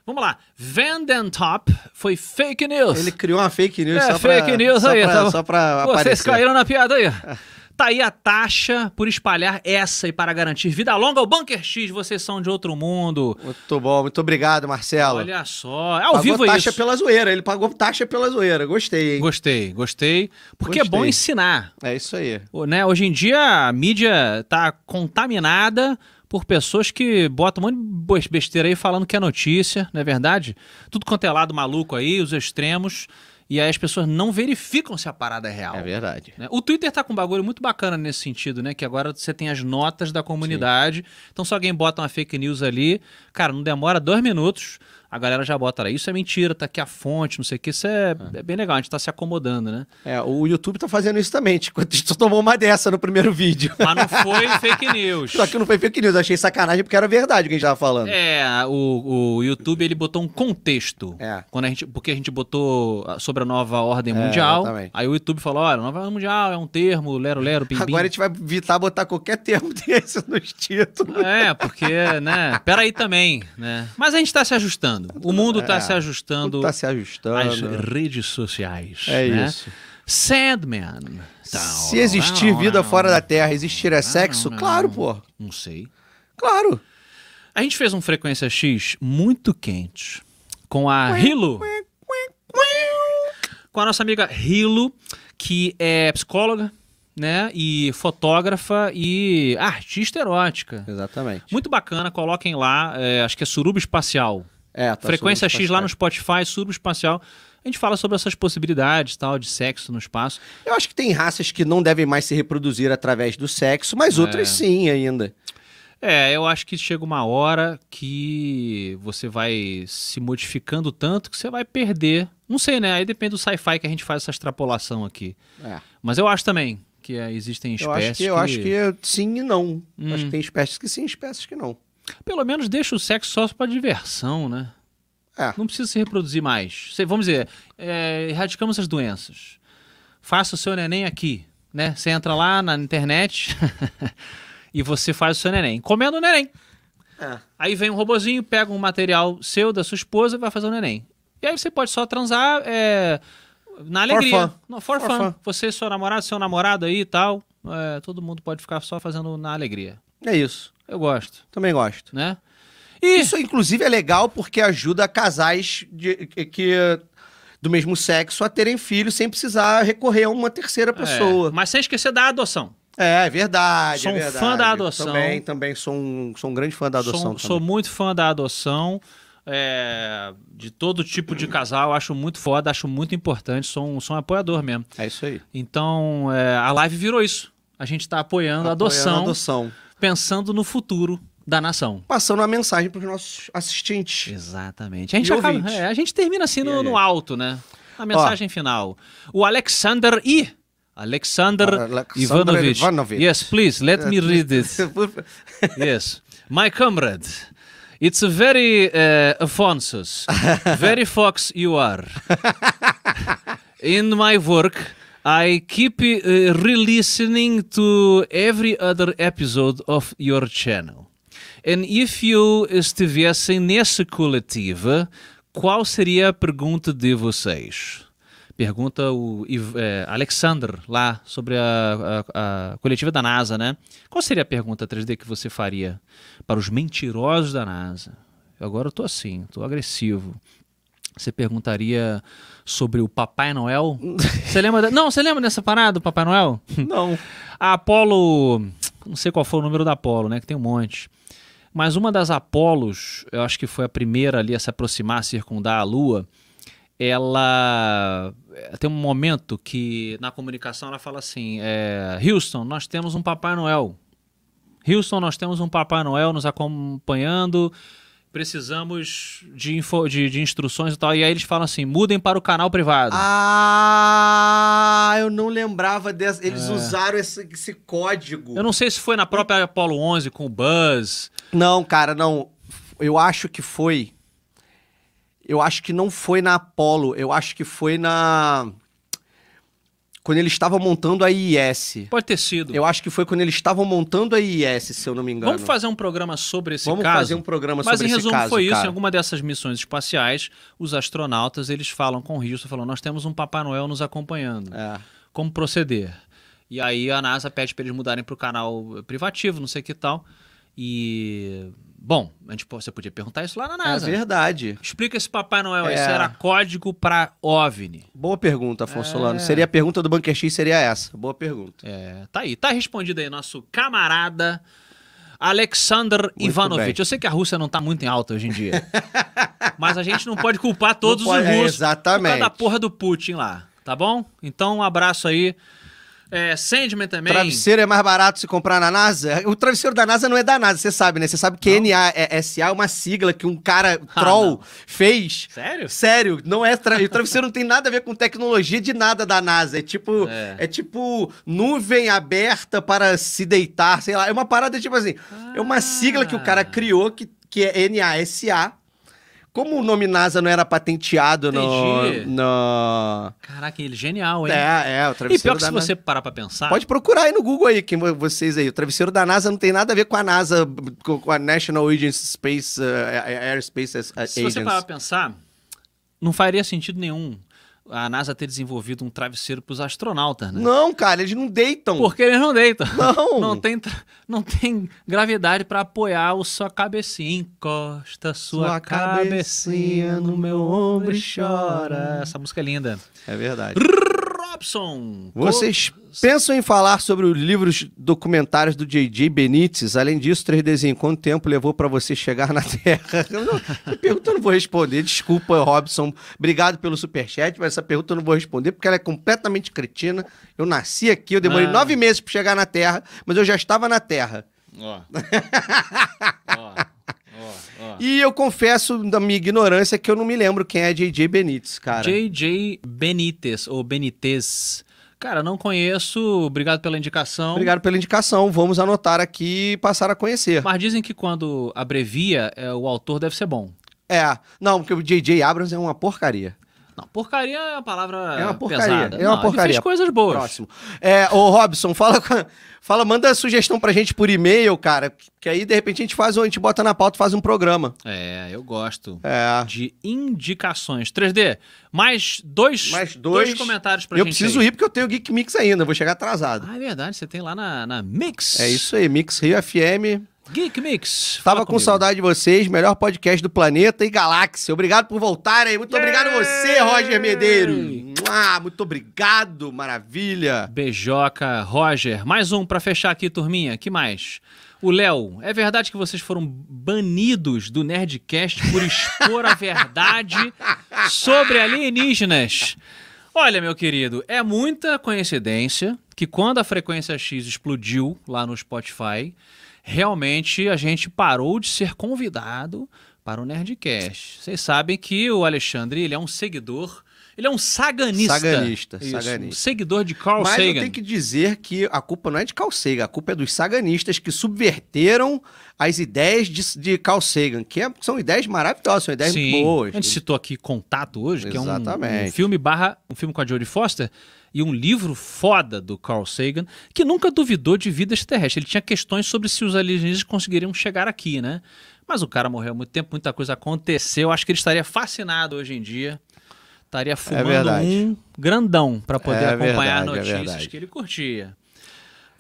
[SPEAKER 1] Vamos lá. Vandentop foi fake news.
[SPEAKER 2] Ele criou uma fake news
[SPEAKER 1] é,
[SPEAKER 2] só pra,
[SPEAKER 1] fake news
[SPEAKER 2] só
[SPEAKER 1] aí.
[SPEAKER 2] pra,
[SPEAKER 1] tá...
[SPEAKER 2] só pra
[SPEAKER 1] Vocês
[SPEAKER 2] aparecer.
[SPEAKER 1] caíram na piada aí.
[SPEAKER 2] Ah.
[SPEAKER 1] Tá aí a taxa por espalhar essa e para garantir vida longa ao Bunker X. Vocês são de outro mundo.
[SPEAKER 2] Muito bom, muito obrigado, Marcelo.
[SPEAKER 1] Olha só. Ao
[SPEAKER 2] pagou
[SPEAKER 1] vivo é
[SPEAKER 2] taxa
[SPEAKER 1] isso.
[SPEAKER 2] pela zoeira, ele pagou taxa pela zoeira, gostei, hein?
[SPEAKER 1] Gostei, gostei. Porque é
[SPEAKER 2] Gostei.
[SPEAKER 1] bom ensinar.
[SPEAKER 2] É isso aí.
[SPEAKER 1] Ô, né, Hoje em dia a mídia tá contaminada por pessoas que botam um monte de bos- besteira aí falando que é notícia, não é verdade? Tudo quanto é lado maluco aí, os extremos, e aí as pessoas não verificam se a parada é real.
[SPEAKER 2] É verdade.
[SPEAKER 1] né? O Twitter tá com um bagulho muito bacana nesse sentido, né? Que agora você tem as notas da comunidade. Então, se alguém bota uma fake news ali, cara, não demora dois minutos. a galera já bota lá. Isso é mentira, tá aqui a fonte, não sei o que. Isso é, é bem legal, a gente tá se acomodando, né?
[SPEAKER 2] É, o YouTube tá fazendo isso também. [LAUGHS] Tipo, tu tomou uma dessa no primeiro vídeo.
[SPEAKER 1] Mas não foi fake news.
[SPEAKER 2] [LAUGHS] Só que não foi fake news, eu achei sacanagem porque era verdade o que a gente tava falando.
[SPEAKER 1] É, o, o YouTube ele botou um contexto.
[SPEAKER 2] É.
[SPEAKER 1] Quando a gente, porque a gente botou ah, sobre a nova ordem mundial.
[SPEAKER 2] exatamente.
[SPEAKER 1] aí o YouTube falou: olha, nova ordem mundial é um termo, lero lero, bim, bim.
[SPEAKER 2] Agora a gente vai evitar botar qualquer termo [LAUGHS] desse nos títulos.
[SPEAKER 1] É, porque, né? Peraí também, né? Mas a gente tá se ajustando. O mundo tá
[SPEAKER 2] É.
[SPEAKER 1] se ajustando
[SPEAKER 2] Tá se
[SPEAKER 1] às
[SPEAKER 2] ajustando.
[SPEAKER 1] redes sociais.
[SPEAKER 2] É
[SPEAKER 1] né?
[SPEAKER 2] isso.
[SPEAKER 1] Sandman. Tá,
[SPEAKER 2] Se existir vida fora da Terra, existirá sexo?
[SPEAKER 1] não.
[SPEAKER 2] Claro, pô.
[SPEAKER 1] Não sei.
[SPEAKER 2] Claro.
[SPEAKER 1] A gente fez um Frequência X muito quente com a Hilo. Com a nossa amiga Hilo, que é psicóloga, né? E fotógrafa e artista erótica.
[SPEAKER 2] Exatamente.
[SPEAKER 1] Muito bacana, coloquem lá, é, acho que é Suruba Espacial.
[SPEAKER 2] É, tá
[SPEAKER 1] Frequência
[SPEAKER 2] sobre
[SPEAKER 1] X
[SPEAKER 2] espaço.
[SPEAKER 1] lá no Spotify, Suruba Espacial. A gente fala sobre essas possibilidades, tal, de sexo no espaço.
[SPEAKER 2] Eu acho que tem raças que não devem mais se reproduzir através do sexo, mas outras sim ainda.
[SPEAKER 1] É, eu acho que chega uma hora que você vai se modificando tanto que você vai perder. Não sei, né? Aí depende do sci-fi que a gente faz essa extrapolação aqui.
[SPEAKER 2] É.
[SPEAKER 1] Mas eu acho também que é, existem
[SPEAKER 2] Eu
[SPEAKER 1] espécies Hum.
[SPEAKER 2] acho que, eu acho que sim e não. Eu Acho que tem espécies que sim, espécies que não.
[SPEAKER 1] Pelo menos deixa o sexo só pra diversão, né?
[SPEAKER 2] É.
[SPEAKER 1] Não precisa se reproduzir mais. Você- vamos dizer, é, erradicamos as doenças. Faça o seu neném aqui, né? Você entra lá na internet [LAUGHS] e você faz o seu neném. Comendo o neném.
[SPEAKER 2] É.
[SPEAKER 1] Aí vem um robozinho, pega um material seu, da sua esposa, e vai fazer o neném. E aí você pode só transar é, na
[SPEAKER 2] For
[SPEAKER 1] alegria.
[SPEAKER 2] fun.
[SPEAKER 1] Não, for,
[SPEAKER 2] For
[SPEAKER 1] fun.
[SPEAKER 2] fun.
[SPEAKER 1] Você e seu namorado, seu namorado aí e tal. é, todo mundo pode ficar só fazendo na alegria.
[SPEAKER 2] É isso.
[SPEAKER 1] Eu gosto,
[SPEAKER 2] Também gosto.
[SPEAKER 1] né? E
[SPEAKER 2] [LAUGHS] Isso, inclusive, é legal porque ajuda casais de- que, que- do mesmo sexo a terem filhos sem precisar recorrer a uma terceira
[SPEAKER 1] É,
[SPEAKER 2] pessoa.
[SPEAKER 1] mas sem esquecer da adoção.
[SPEAKER 2] É, é verdade.
[SPEAKER 1] Sou
[SPEAKER 2] é
[SPEAKER 1] um
[SPEAKER 2] verdade.
[SPEAKER 1] fã da adoção.
[SPEAKER 2] Também, também sou um, sou um grande fã da adoção.
[SPEAKER 1] sou,
[SPEAKER 2] também.
[SPEAKER 1] sou muito fã da adoção. é, de todo tipo de casal, acho muito foda, acho muito importante, sou um, sou um apoiador mesmo.
[SPEAKER 2] É isso aí.
[SPEAKER 1] Então, é, a live virou isso. A gente tá apoiando a
[SPEAKER 2] Apoiando a
[SPEAKER 1] adoção,
[SPEAKER 2] adoção.
[SPEAKER 1] pensando no futuro da nação.
[SPEAKER 2] Passando uma mensagem para os nossos assistentes.
[SPEAKER 1] Exatamente. A gente,
[SPEAKER 2] E
[SPEAKER 1] acaba-
[SPEAKER 2] ouvinte.
[SPEAKER 1] é, a gente termina assim no,
[SPEAKER 2] aí?
[SPEAKER 1] no alto, né? A mensagem final. O Alexander I. Alexander,
[SPEAKER 2] Alexander
[SPEAKER 1] Ivanovich.
[SPEAKER 2] Ivanovich.
[SPEAKER 1] Yes, please, let
[SPEAKER 2] [LAUGHS]
[SPEAKER 1] me read it. Yes, my comrade. It's a very uh,
[SPEAKER 2] [LAUGHS]
[SPEAKER 1] Alphonsus, very fox you are. In my work, I keep uh, re-listening to every other episode of your channel. And if you estivessem nessa coletiva, qual seria a pergunta de vocês? Pergunta o Iv- eh, Alexander lá sobre a, a- a coletiva da NASA, né? Qual seria a pergunta 3D que você faria para os mentirosos da NASA? Agora eu tô assim, tô agressivo. Você perguntaria sobre o Papai Noel? Você lembra? da- Não, você lembra dessa parada do Papai Noel?
[SPEAKER 2] Não.
[SPEAKER 1] A Apolo, não sei qual foi o número da Apolo, né, que tem um monte. Mas uma das Apolos, eu acho que foi a primeira ali a se aproximar, a circundar a Lua, ela eh, tem um momento que na comunicação ela fala assim: é, Houston, nós temos um Papai Noel. Houston, nós temos um Papai Noel nos acompanhando. Precisamos de, info- de, de instruções e tal. E aí eles falam assim: mudem para o canal privado.
[SPEAKER 2] Ah, eu não lembrava dessa. Eles
[SPEAKER 1] É.
[SPEAKER 2] usaram esse, esse código.
[SPEAKER 1] Eu não sei se foi na própria Apollo 11 com o Buzz.
[SPEAKER 2] Não, cara, não. Eu acho que foi. Eu acho que não foi na Apollo. Eu acho que foi na. Quando eles estavam montando a IS.
[SPEAKER 1] Pode ter sido.
[SPEAKER 2] Eu acho que foi quando eles estavam montando a IS, se eu não me engano.
[SPEAKER 1] Vamos fazer um programa sobre esse
[SPEAKER 2] Vamos
[SPEAKER 1] caso.
[SPEAKER 2] fazer um programa
[SPEAKER 1] Mas
[SPEAKER 2] sobre
[SPEAKER 1] em
[SPEAKER 2] esse
[SPEAKER 1] resumo
[SPEAKER 2] caso,
[SPEAKER 1] foi isso,
[SPEAKER 2] cara.
[SPEAKER 1] em alguma dessas missões espaciais, os astronautas, eles falam com o Houston, falam, nós temos um Papai Noel nos acompanhando.
[SPEAKER 2] É.
[SPEAKER 1] Como proceder? E aí a NASA pede para eles mudarem para o canal privativo, não sei que tal. E bom, a gente, você podia perguntar isso lá na
[SPEAKER 2] É
[SPEAKER 1] NASA.
[SPEAKER 2] verdade.
[SPEAKER 1] Explica esse Papai Noel,
[SPEAKER 2] É.
[SPEAKER 1] isso era código para OVNI.
[SPEAKER 2] Boa pergunta, Afonso
[SPEAKER 1] É.
[SPEAKER 2] Solano. Seria a pergunta do Bunker X, seria essa. Boa pergunta.
[SPEAKER 1] É, tá aí, tá respondido aí nosso camarada Alexander Ivanovich.
[SPEAKER 2] bem.
[SPEAKER 1] Eu sei que a Rússia não tá muito em alta hoje em
[SPEAKER 2] [LAUGHS]
[SPEAKER 1] dia, mas a gente não pode culpar todos
[SPEAKER 2] Não pode-
[SPEAKER 1] os
[SPEAKER 2] é,
[SPEAKER 1] russos por causa
[SPEAKER 2] Exatamente.
[SPEAKER 1] da porra do Putin lá, tá bom? Então um abraço aí É, Sandman também.
[SPEAKER 2] Travesseiro é mais barato se comprar na NASA? O travesseiro da NASA não é da NASA, você sabe, né? Você sabe que NASA é uma sigla que um cara
[SPEAKER 1] [LAUGHS] Ah,
[SPEAKER 2] troll fez.
[SPEAKER 1] Sério?
[SPEAKER 2] Sério, não é. Tra... e o travesseiro não tem nada a ver com tecnologia de nada da NASA. É tipo.
[SPEAKER 1] É.
[SPEAKER 2] É, tipo nuvem aberta para se deitar, sei lá. É uma parada tipo assim. É uma sigla que o
[SPEAKER 1] Ah.
[SPEAKER 2] cara criou que, que é NASA. Como o nome NASA não era patenteado no.
[SPEAKER 1] Entendi.
[SPEAKER 2] no...
[SPEAKER 1] Caraca, ele é genial, hein?
[SPEAKER 2] É, é, o
[SPEAKER 1] e
[SPEAKER 2] travesseiro
[SPEAKER 1] pior que
[SPEAKER 2] da
[SPEAKER 1] se
[SPEAKER 2] NASA.
[SPEAKER 1] você parar pra pensar.
[SPEAKER 2] Pode procurar aí no Google aí, quem vo- vocês aí. O travesseiro da NASA não tem nada a ver com a NASA, com com a National Agency Space, uh, Airspace
[SPEAKER 1] Se você parar
[SPEAKER 2] Agency.
[SPEAKER 1] pra pensar, não faria sentido nenhum a NASA ter desenvolvido um travesseiro pros astronautas, né?
[SPEAKER 2] Não, cara, eles não deitam.
[SPEAKER 1] Porque eles não deitam.
[SPEAKER 2] Não.
[SPEAKER 1] Não tem, tra- [LAUGHS] não tem gravidade pra apoiar o sua cabecinha. Encosta sua,
[SPEAKER 2] Sua
[SPEAKER 1] cabecinha,
[SPEAKER 2] cabecinha
[SPEAKER 1] no meu ombro e chora.
[SPEAKER 2] chora.
[SPEAKER 1] Essa música é linda.
[SPEAKER 2] É verdade.
[SPEAKER 1] Robson!
[SPEAKER 2] Vocês pensam em falar sobre os livros documentários do J.J. Benítez? Além disso, 3Dzinho, quanto tempo levou pra você chegar na [LAUGHS] Terra? Eu não, essa pergunta eu não vou responder. Desculpa, Robson. Obrigado pelo superchat, mas essa pergunta eu não vou responder porque ela é completamente cretina. Eu nasci aqui, eu demorei
[SPEAKER 1] Ah.
[SPEAKER 2] nove meses pra chegar na Terra, mas eu já estava na Terra. [LAUGHS]
[SPEAKER 1] Ó. Ó, ó, ó.
[SPEAKER 2] E eu confesso da minha ignorância que eu não me lembro quem é J.J. Benítez, cara.
[SPEAKER 1] JJ Benítez, ou Benítez. Cara, não conheço, obrigado pela indicação.
[SPEAKER 2] Obrigado pela indicação. Vamos anotar aqui e passar a conhecer.
[SPEAKER 1] Mas dizem que quando abrevia, é, o autor deve ser bom.
[SPEAKER 2] É, não, porque o J.J. Abrams é uma porcaria.
[SPEAKER 1] Não, porcaria é uma palavra
[SPEAKER 2] É uma porcaria,
[SPEAKER 1] pesada.
[SPEAKER 2] é uma
[SPEAKER 1] Não, Ele
[SPEAKER 2] porcaria.
[SPEAKER 1] fez coisas boas.
[SPEAKER 2] Próximo. É, ô Robson, fala, com a- fala, manda sugestão pra gente por e-mail, cara, que aí de repente a gente faz, um- a gente bota na pauta, faz um programa.
[SPEAKER 1] É, eu gosto.
[SPEAKER 2] É.
[SPEAKER 1] De indicações. 3D, mais dois,
[SPEAKER 2] Mais dois.
[SPEAKER 1] comentários pra
[SPEAKER 2] eu
[SPEAKER 1] gente.
[SPEAKER 2] preciso
[SPEAKER 1] aí.
[SPEAKER 2] ir porque eu tenho Geek Mix ainda, eu vou chegar atrasado.
[SPEAKER 1] Ah, é verdade, você tem lá na, na Mix.
[SPEAKER 2] É isso aí, Mix Rio FM.
[SPEAKER 1] Geek Mix.
[SPEAKER 2] Tava
[SPEAKER 1] Fala
[SPEAKER 2] com
[SPEAKER 1] comigo.
[SPEAKER 2] saudade de vocês, melhor podcast do planeta e galáxia. Obrigado por voltarem. Muito obrigado a você, Roger Medeiro. Mua, Muito obrigado, maravilha.
[SPEAKER 1] Beijoca, Roger. Mais um pra fechar aqui, turminha. Que mais? O Léo, é verdade que vocês foram banidos do Nerdcast por expor a verdade sobre alienígenas? Olha, meu querido, é muita coincidência que quando a frequência X explodiu lá no Spotify, realmente a gente parou de ser convidado para o Nerdcast. Vocês sabem que o Alexandre, ele é um seguidor, ele é um saganista.
[SPEAKER 2] Saganista,
[SPEAKER 1] um
[SPEAKER 2] saganista.
[SPEAKER 1] seguidor de Carl
[SPEAKER 2] Mas eu
[SPEAKER 1] Sagan.
[SPEAKER 2] tenho que dizer que a culpa não é de Carl Sagan, a culpa é dos saganistas que subverteram as ideias de, de Carl Sagan, que é- são ideias maravilhosas, são ideias
[SPEAKER 1] Sim.
[SPEAKER 2] muito boas.
[SPEAKER 1] A gente citou aqui Contato hoje, que é um- um,
[SPEAKER 2] Exatamente.
[SPEAKER 1] filme barra um filme com a Jodie Foster e um livro foda do Carl Sagan, que nunca duvidou de vida extraterrestre. Ele tinha questões sobre se os alienígenas conseguiriam chegar aqui, né? Mas o cara morreu há muito tempo, muita coisa aconteceu. Acho que ele estaria fascinado hoje em dia. Estaria fumando
[SPEAKER 2] É verdade.
[SPEAKER 1] um grandão para poder
[SPEAKER 2] É
[SPEAKER 1] acompanhar
[SPEAKER 2] verdade, é
[SPEAKER 1] notícias
[SPEAKER 2] verdade.
[SPEAKER 1] que ele curtia.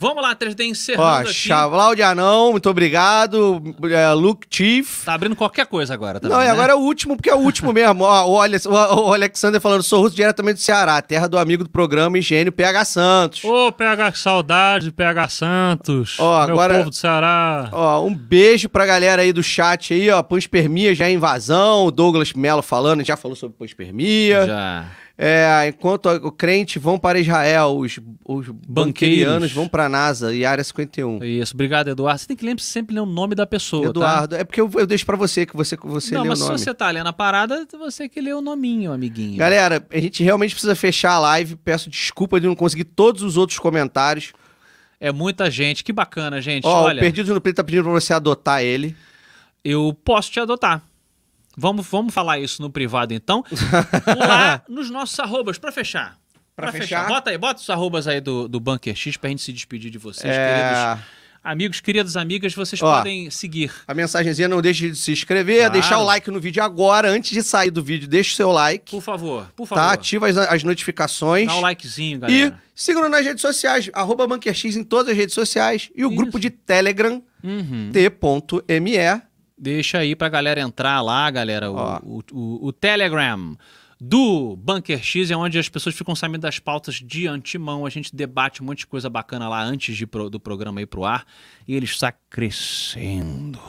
[SPEAKER 1] Vamos lá, 3D
[SPEAKER 2] Ó,
[SPEAKER 1] encerrando aqui.
[SPEAKER 2] Chavlau de Anão, muito obrigado. É, Luke Chief.
[SPEAKER 1] Tá abrindo qualquer coisa agora, tá?
[SPEAKER 2] Não, e agora é o último, porque é o último mesmo. Ó, o, Ale- o- o Alexander falando, sou russo diretamente do Ceará, terra do amigo do programa e Gênio PH Santos.
[SPEAKER 1] Ô, PH Saudade, PH Santos,
[SPEAKER 2] Ó,
[SPEAKER 1] meu
[SPEAKER 2] agora-
[SPEAKER 1] povo do Ceará.
[SPEAKER 2] Ó, um beijo pra galera aí do chat aí, ó. Panspermia já é invasão. O Douglas Mello falando, já falou sobre panspermia.
[SPEAKER 1] Já.
[SPEAKER 2] É, enquanto o crente vão para Israel, os, os banquerianos vão para NASA e um. Área 51.
[SPEAKER 1] É Isso, obrigado, Eduardo. Você tem que lembrar sempre ler o nome da pessoa, tá?
[SPEAKER 2] Eduardo, é porque eu, eu deixo para você que você, que você
[SPEAKER 1] Não,
[SPEAKER 2] lê o
[SPEAKER 1] mas
[SPEAKER 2] nome.
[SPEAKER 1] se você tá lendo a parada, você que lê o nominho, amiguinho.
[SPEAKER 2] Galera, a gente realmente precisa fechar a live. Peço desculpa de não conseguir todos os outros comentários.
[SPEAKER 1] É muita gente, que bacana, gente.
[SPEAKER 2] Ó,
[SPEAKER 1] Olha,
[SPEAKER 2] o Perdido no Preto tá pedindo pra você adotar ele.
[SPEAKER 1] eu posso te adotar. Vamos, vamos falar isso no privado, então.
[SPEAKER 2] [LAUGHS]
[SPEAKER 1] Lá nos nossos arrobas, pra fechar.
[SPEAKER 2] Pra
[SPEAKER 1] Pra
[SPEAKER 2] fechar?
[SPEAKER 1] Bota aí, bota os arrobas aí do, do Bunker X pra gente se despedir de vocês, queridos
[SPEAKER 2] É,
[SPEAKER 1] amigos, queridas amigas. Vocês
[SPEAKER 2] Ó.
[SPEAKER 1] podem seguir.
[SPEAKER 2] a mensagenzinha não deixe de se inscrever,
[SPEAKER 1] Claro.
[SPEAKER 2] deixar o like no vídeo agora. Antes de sair do vídeo, deixa o seu like.
[SPEAKER 1] Por favor, por favor.
[SPEAKER 2] Tá? Ativa as, as notificações.
[SPEAKER 1] Dá um o likezinho,
[SPEAKER 2] E
[SPEAKER 1] galera.
[SPEAKER 2] sigam nas redes sociais, arroba BunkerX em todas as redes sociais. E o
[SPEAKER 1] Isso.
[SPEAKER 2] grupo de Telegram,
[SPEAKER 1] Uhum.
[SPEAKER 2] t.me.
[SPEAKER 1] Deixa aí pra galera entrar lá, galera.
[SPEAKER 2] Ó.
[SPEAKER 1] O, o- o- o Telegram do Bunker X é onde as pessoas ficam sabendo das pautas de antemão. A gente debate um monte de coisa bacana lá antes de pro- do programa ir pro ar. E ele está crescendo.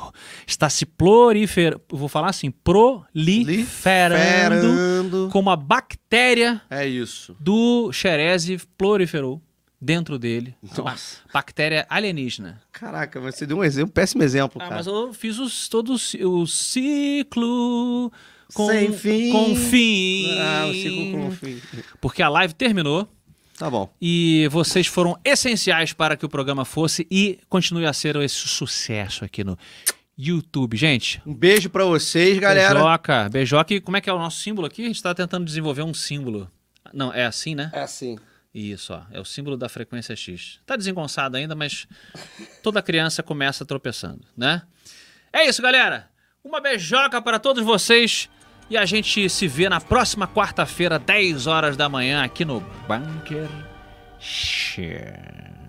[SPEAKER 1] Está se proliferando. Vou falar assim: proliferando
[SPEAKER 2] Ferando.
[SPEAKER 1] como a bactéria
[SPEAKER 2] É isso.
[SPEAKER 1] do xerese proliferou. dentro dele. Uma
[SPEAKER 2] Nossa.
[SPEAKER 1] bactéria alienígena.
[SPEAKER 2] Caraca, mas você deu um exemplo, péssimo exemplo,
[SPEAKER 1] Ah,
[SPEAKER 2] cara.
[SPEAKER 1] mas eu fiz os, todo o ci- o ciclo com,
[SPEAKER 2] Sem fim.
[SPEAKER 1] com fim.
[SPEAKER 2] Ah, o ciclo com o fim.
[SPEAKER 1] Porque a live terminou
[SPEAKER 2] Tá bom.
[SPEAKER 1] e vocês foram essenciais para que o programa fosse e continue a ser esse sucesso aqui no YouTube. Gente,
[SPEAKER 2] Um beijo pra vocês, galera.
[SPEAKER 1] beijoca. Beijoca. E como é que é o nosso símbolo aqui? A gente está tentando desenvolver um símbolo. Não, é assim, né?
[SPEAKER 2] É assim.
[SPEAKER 1] Isso, ó. É o símbolo da frequência X. Tá desengonçado ainda, mas toda criança começa tropeçando, né? É isso, galera. Uma beijoca para todos vocês. E a gente se vê na próxima quarta-feira, 10 horas da manhã, aqui no Bunker Share.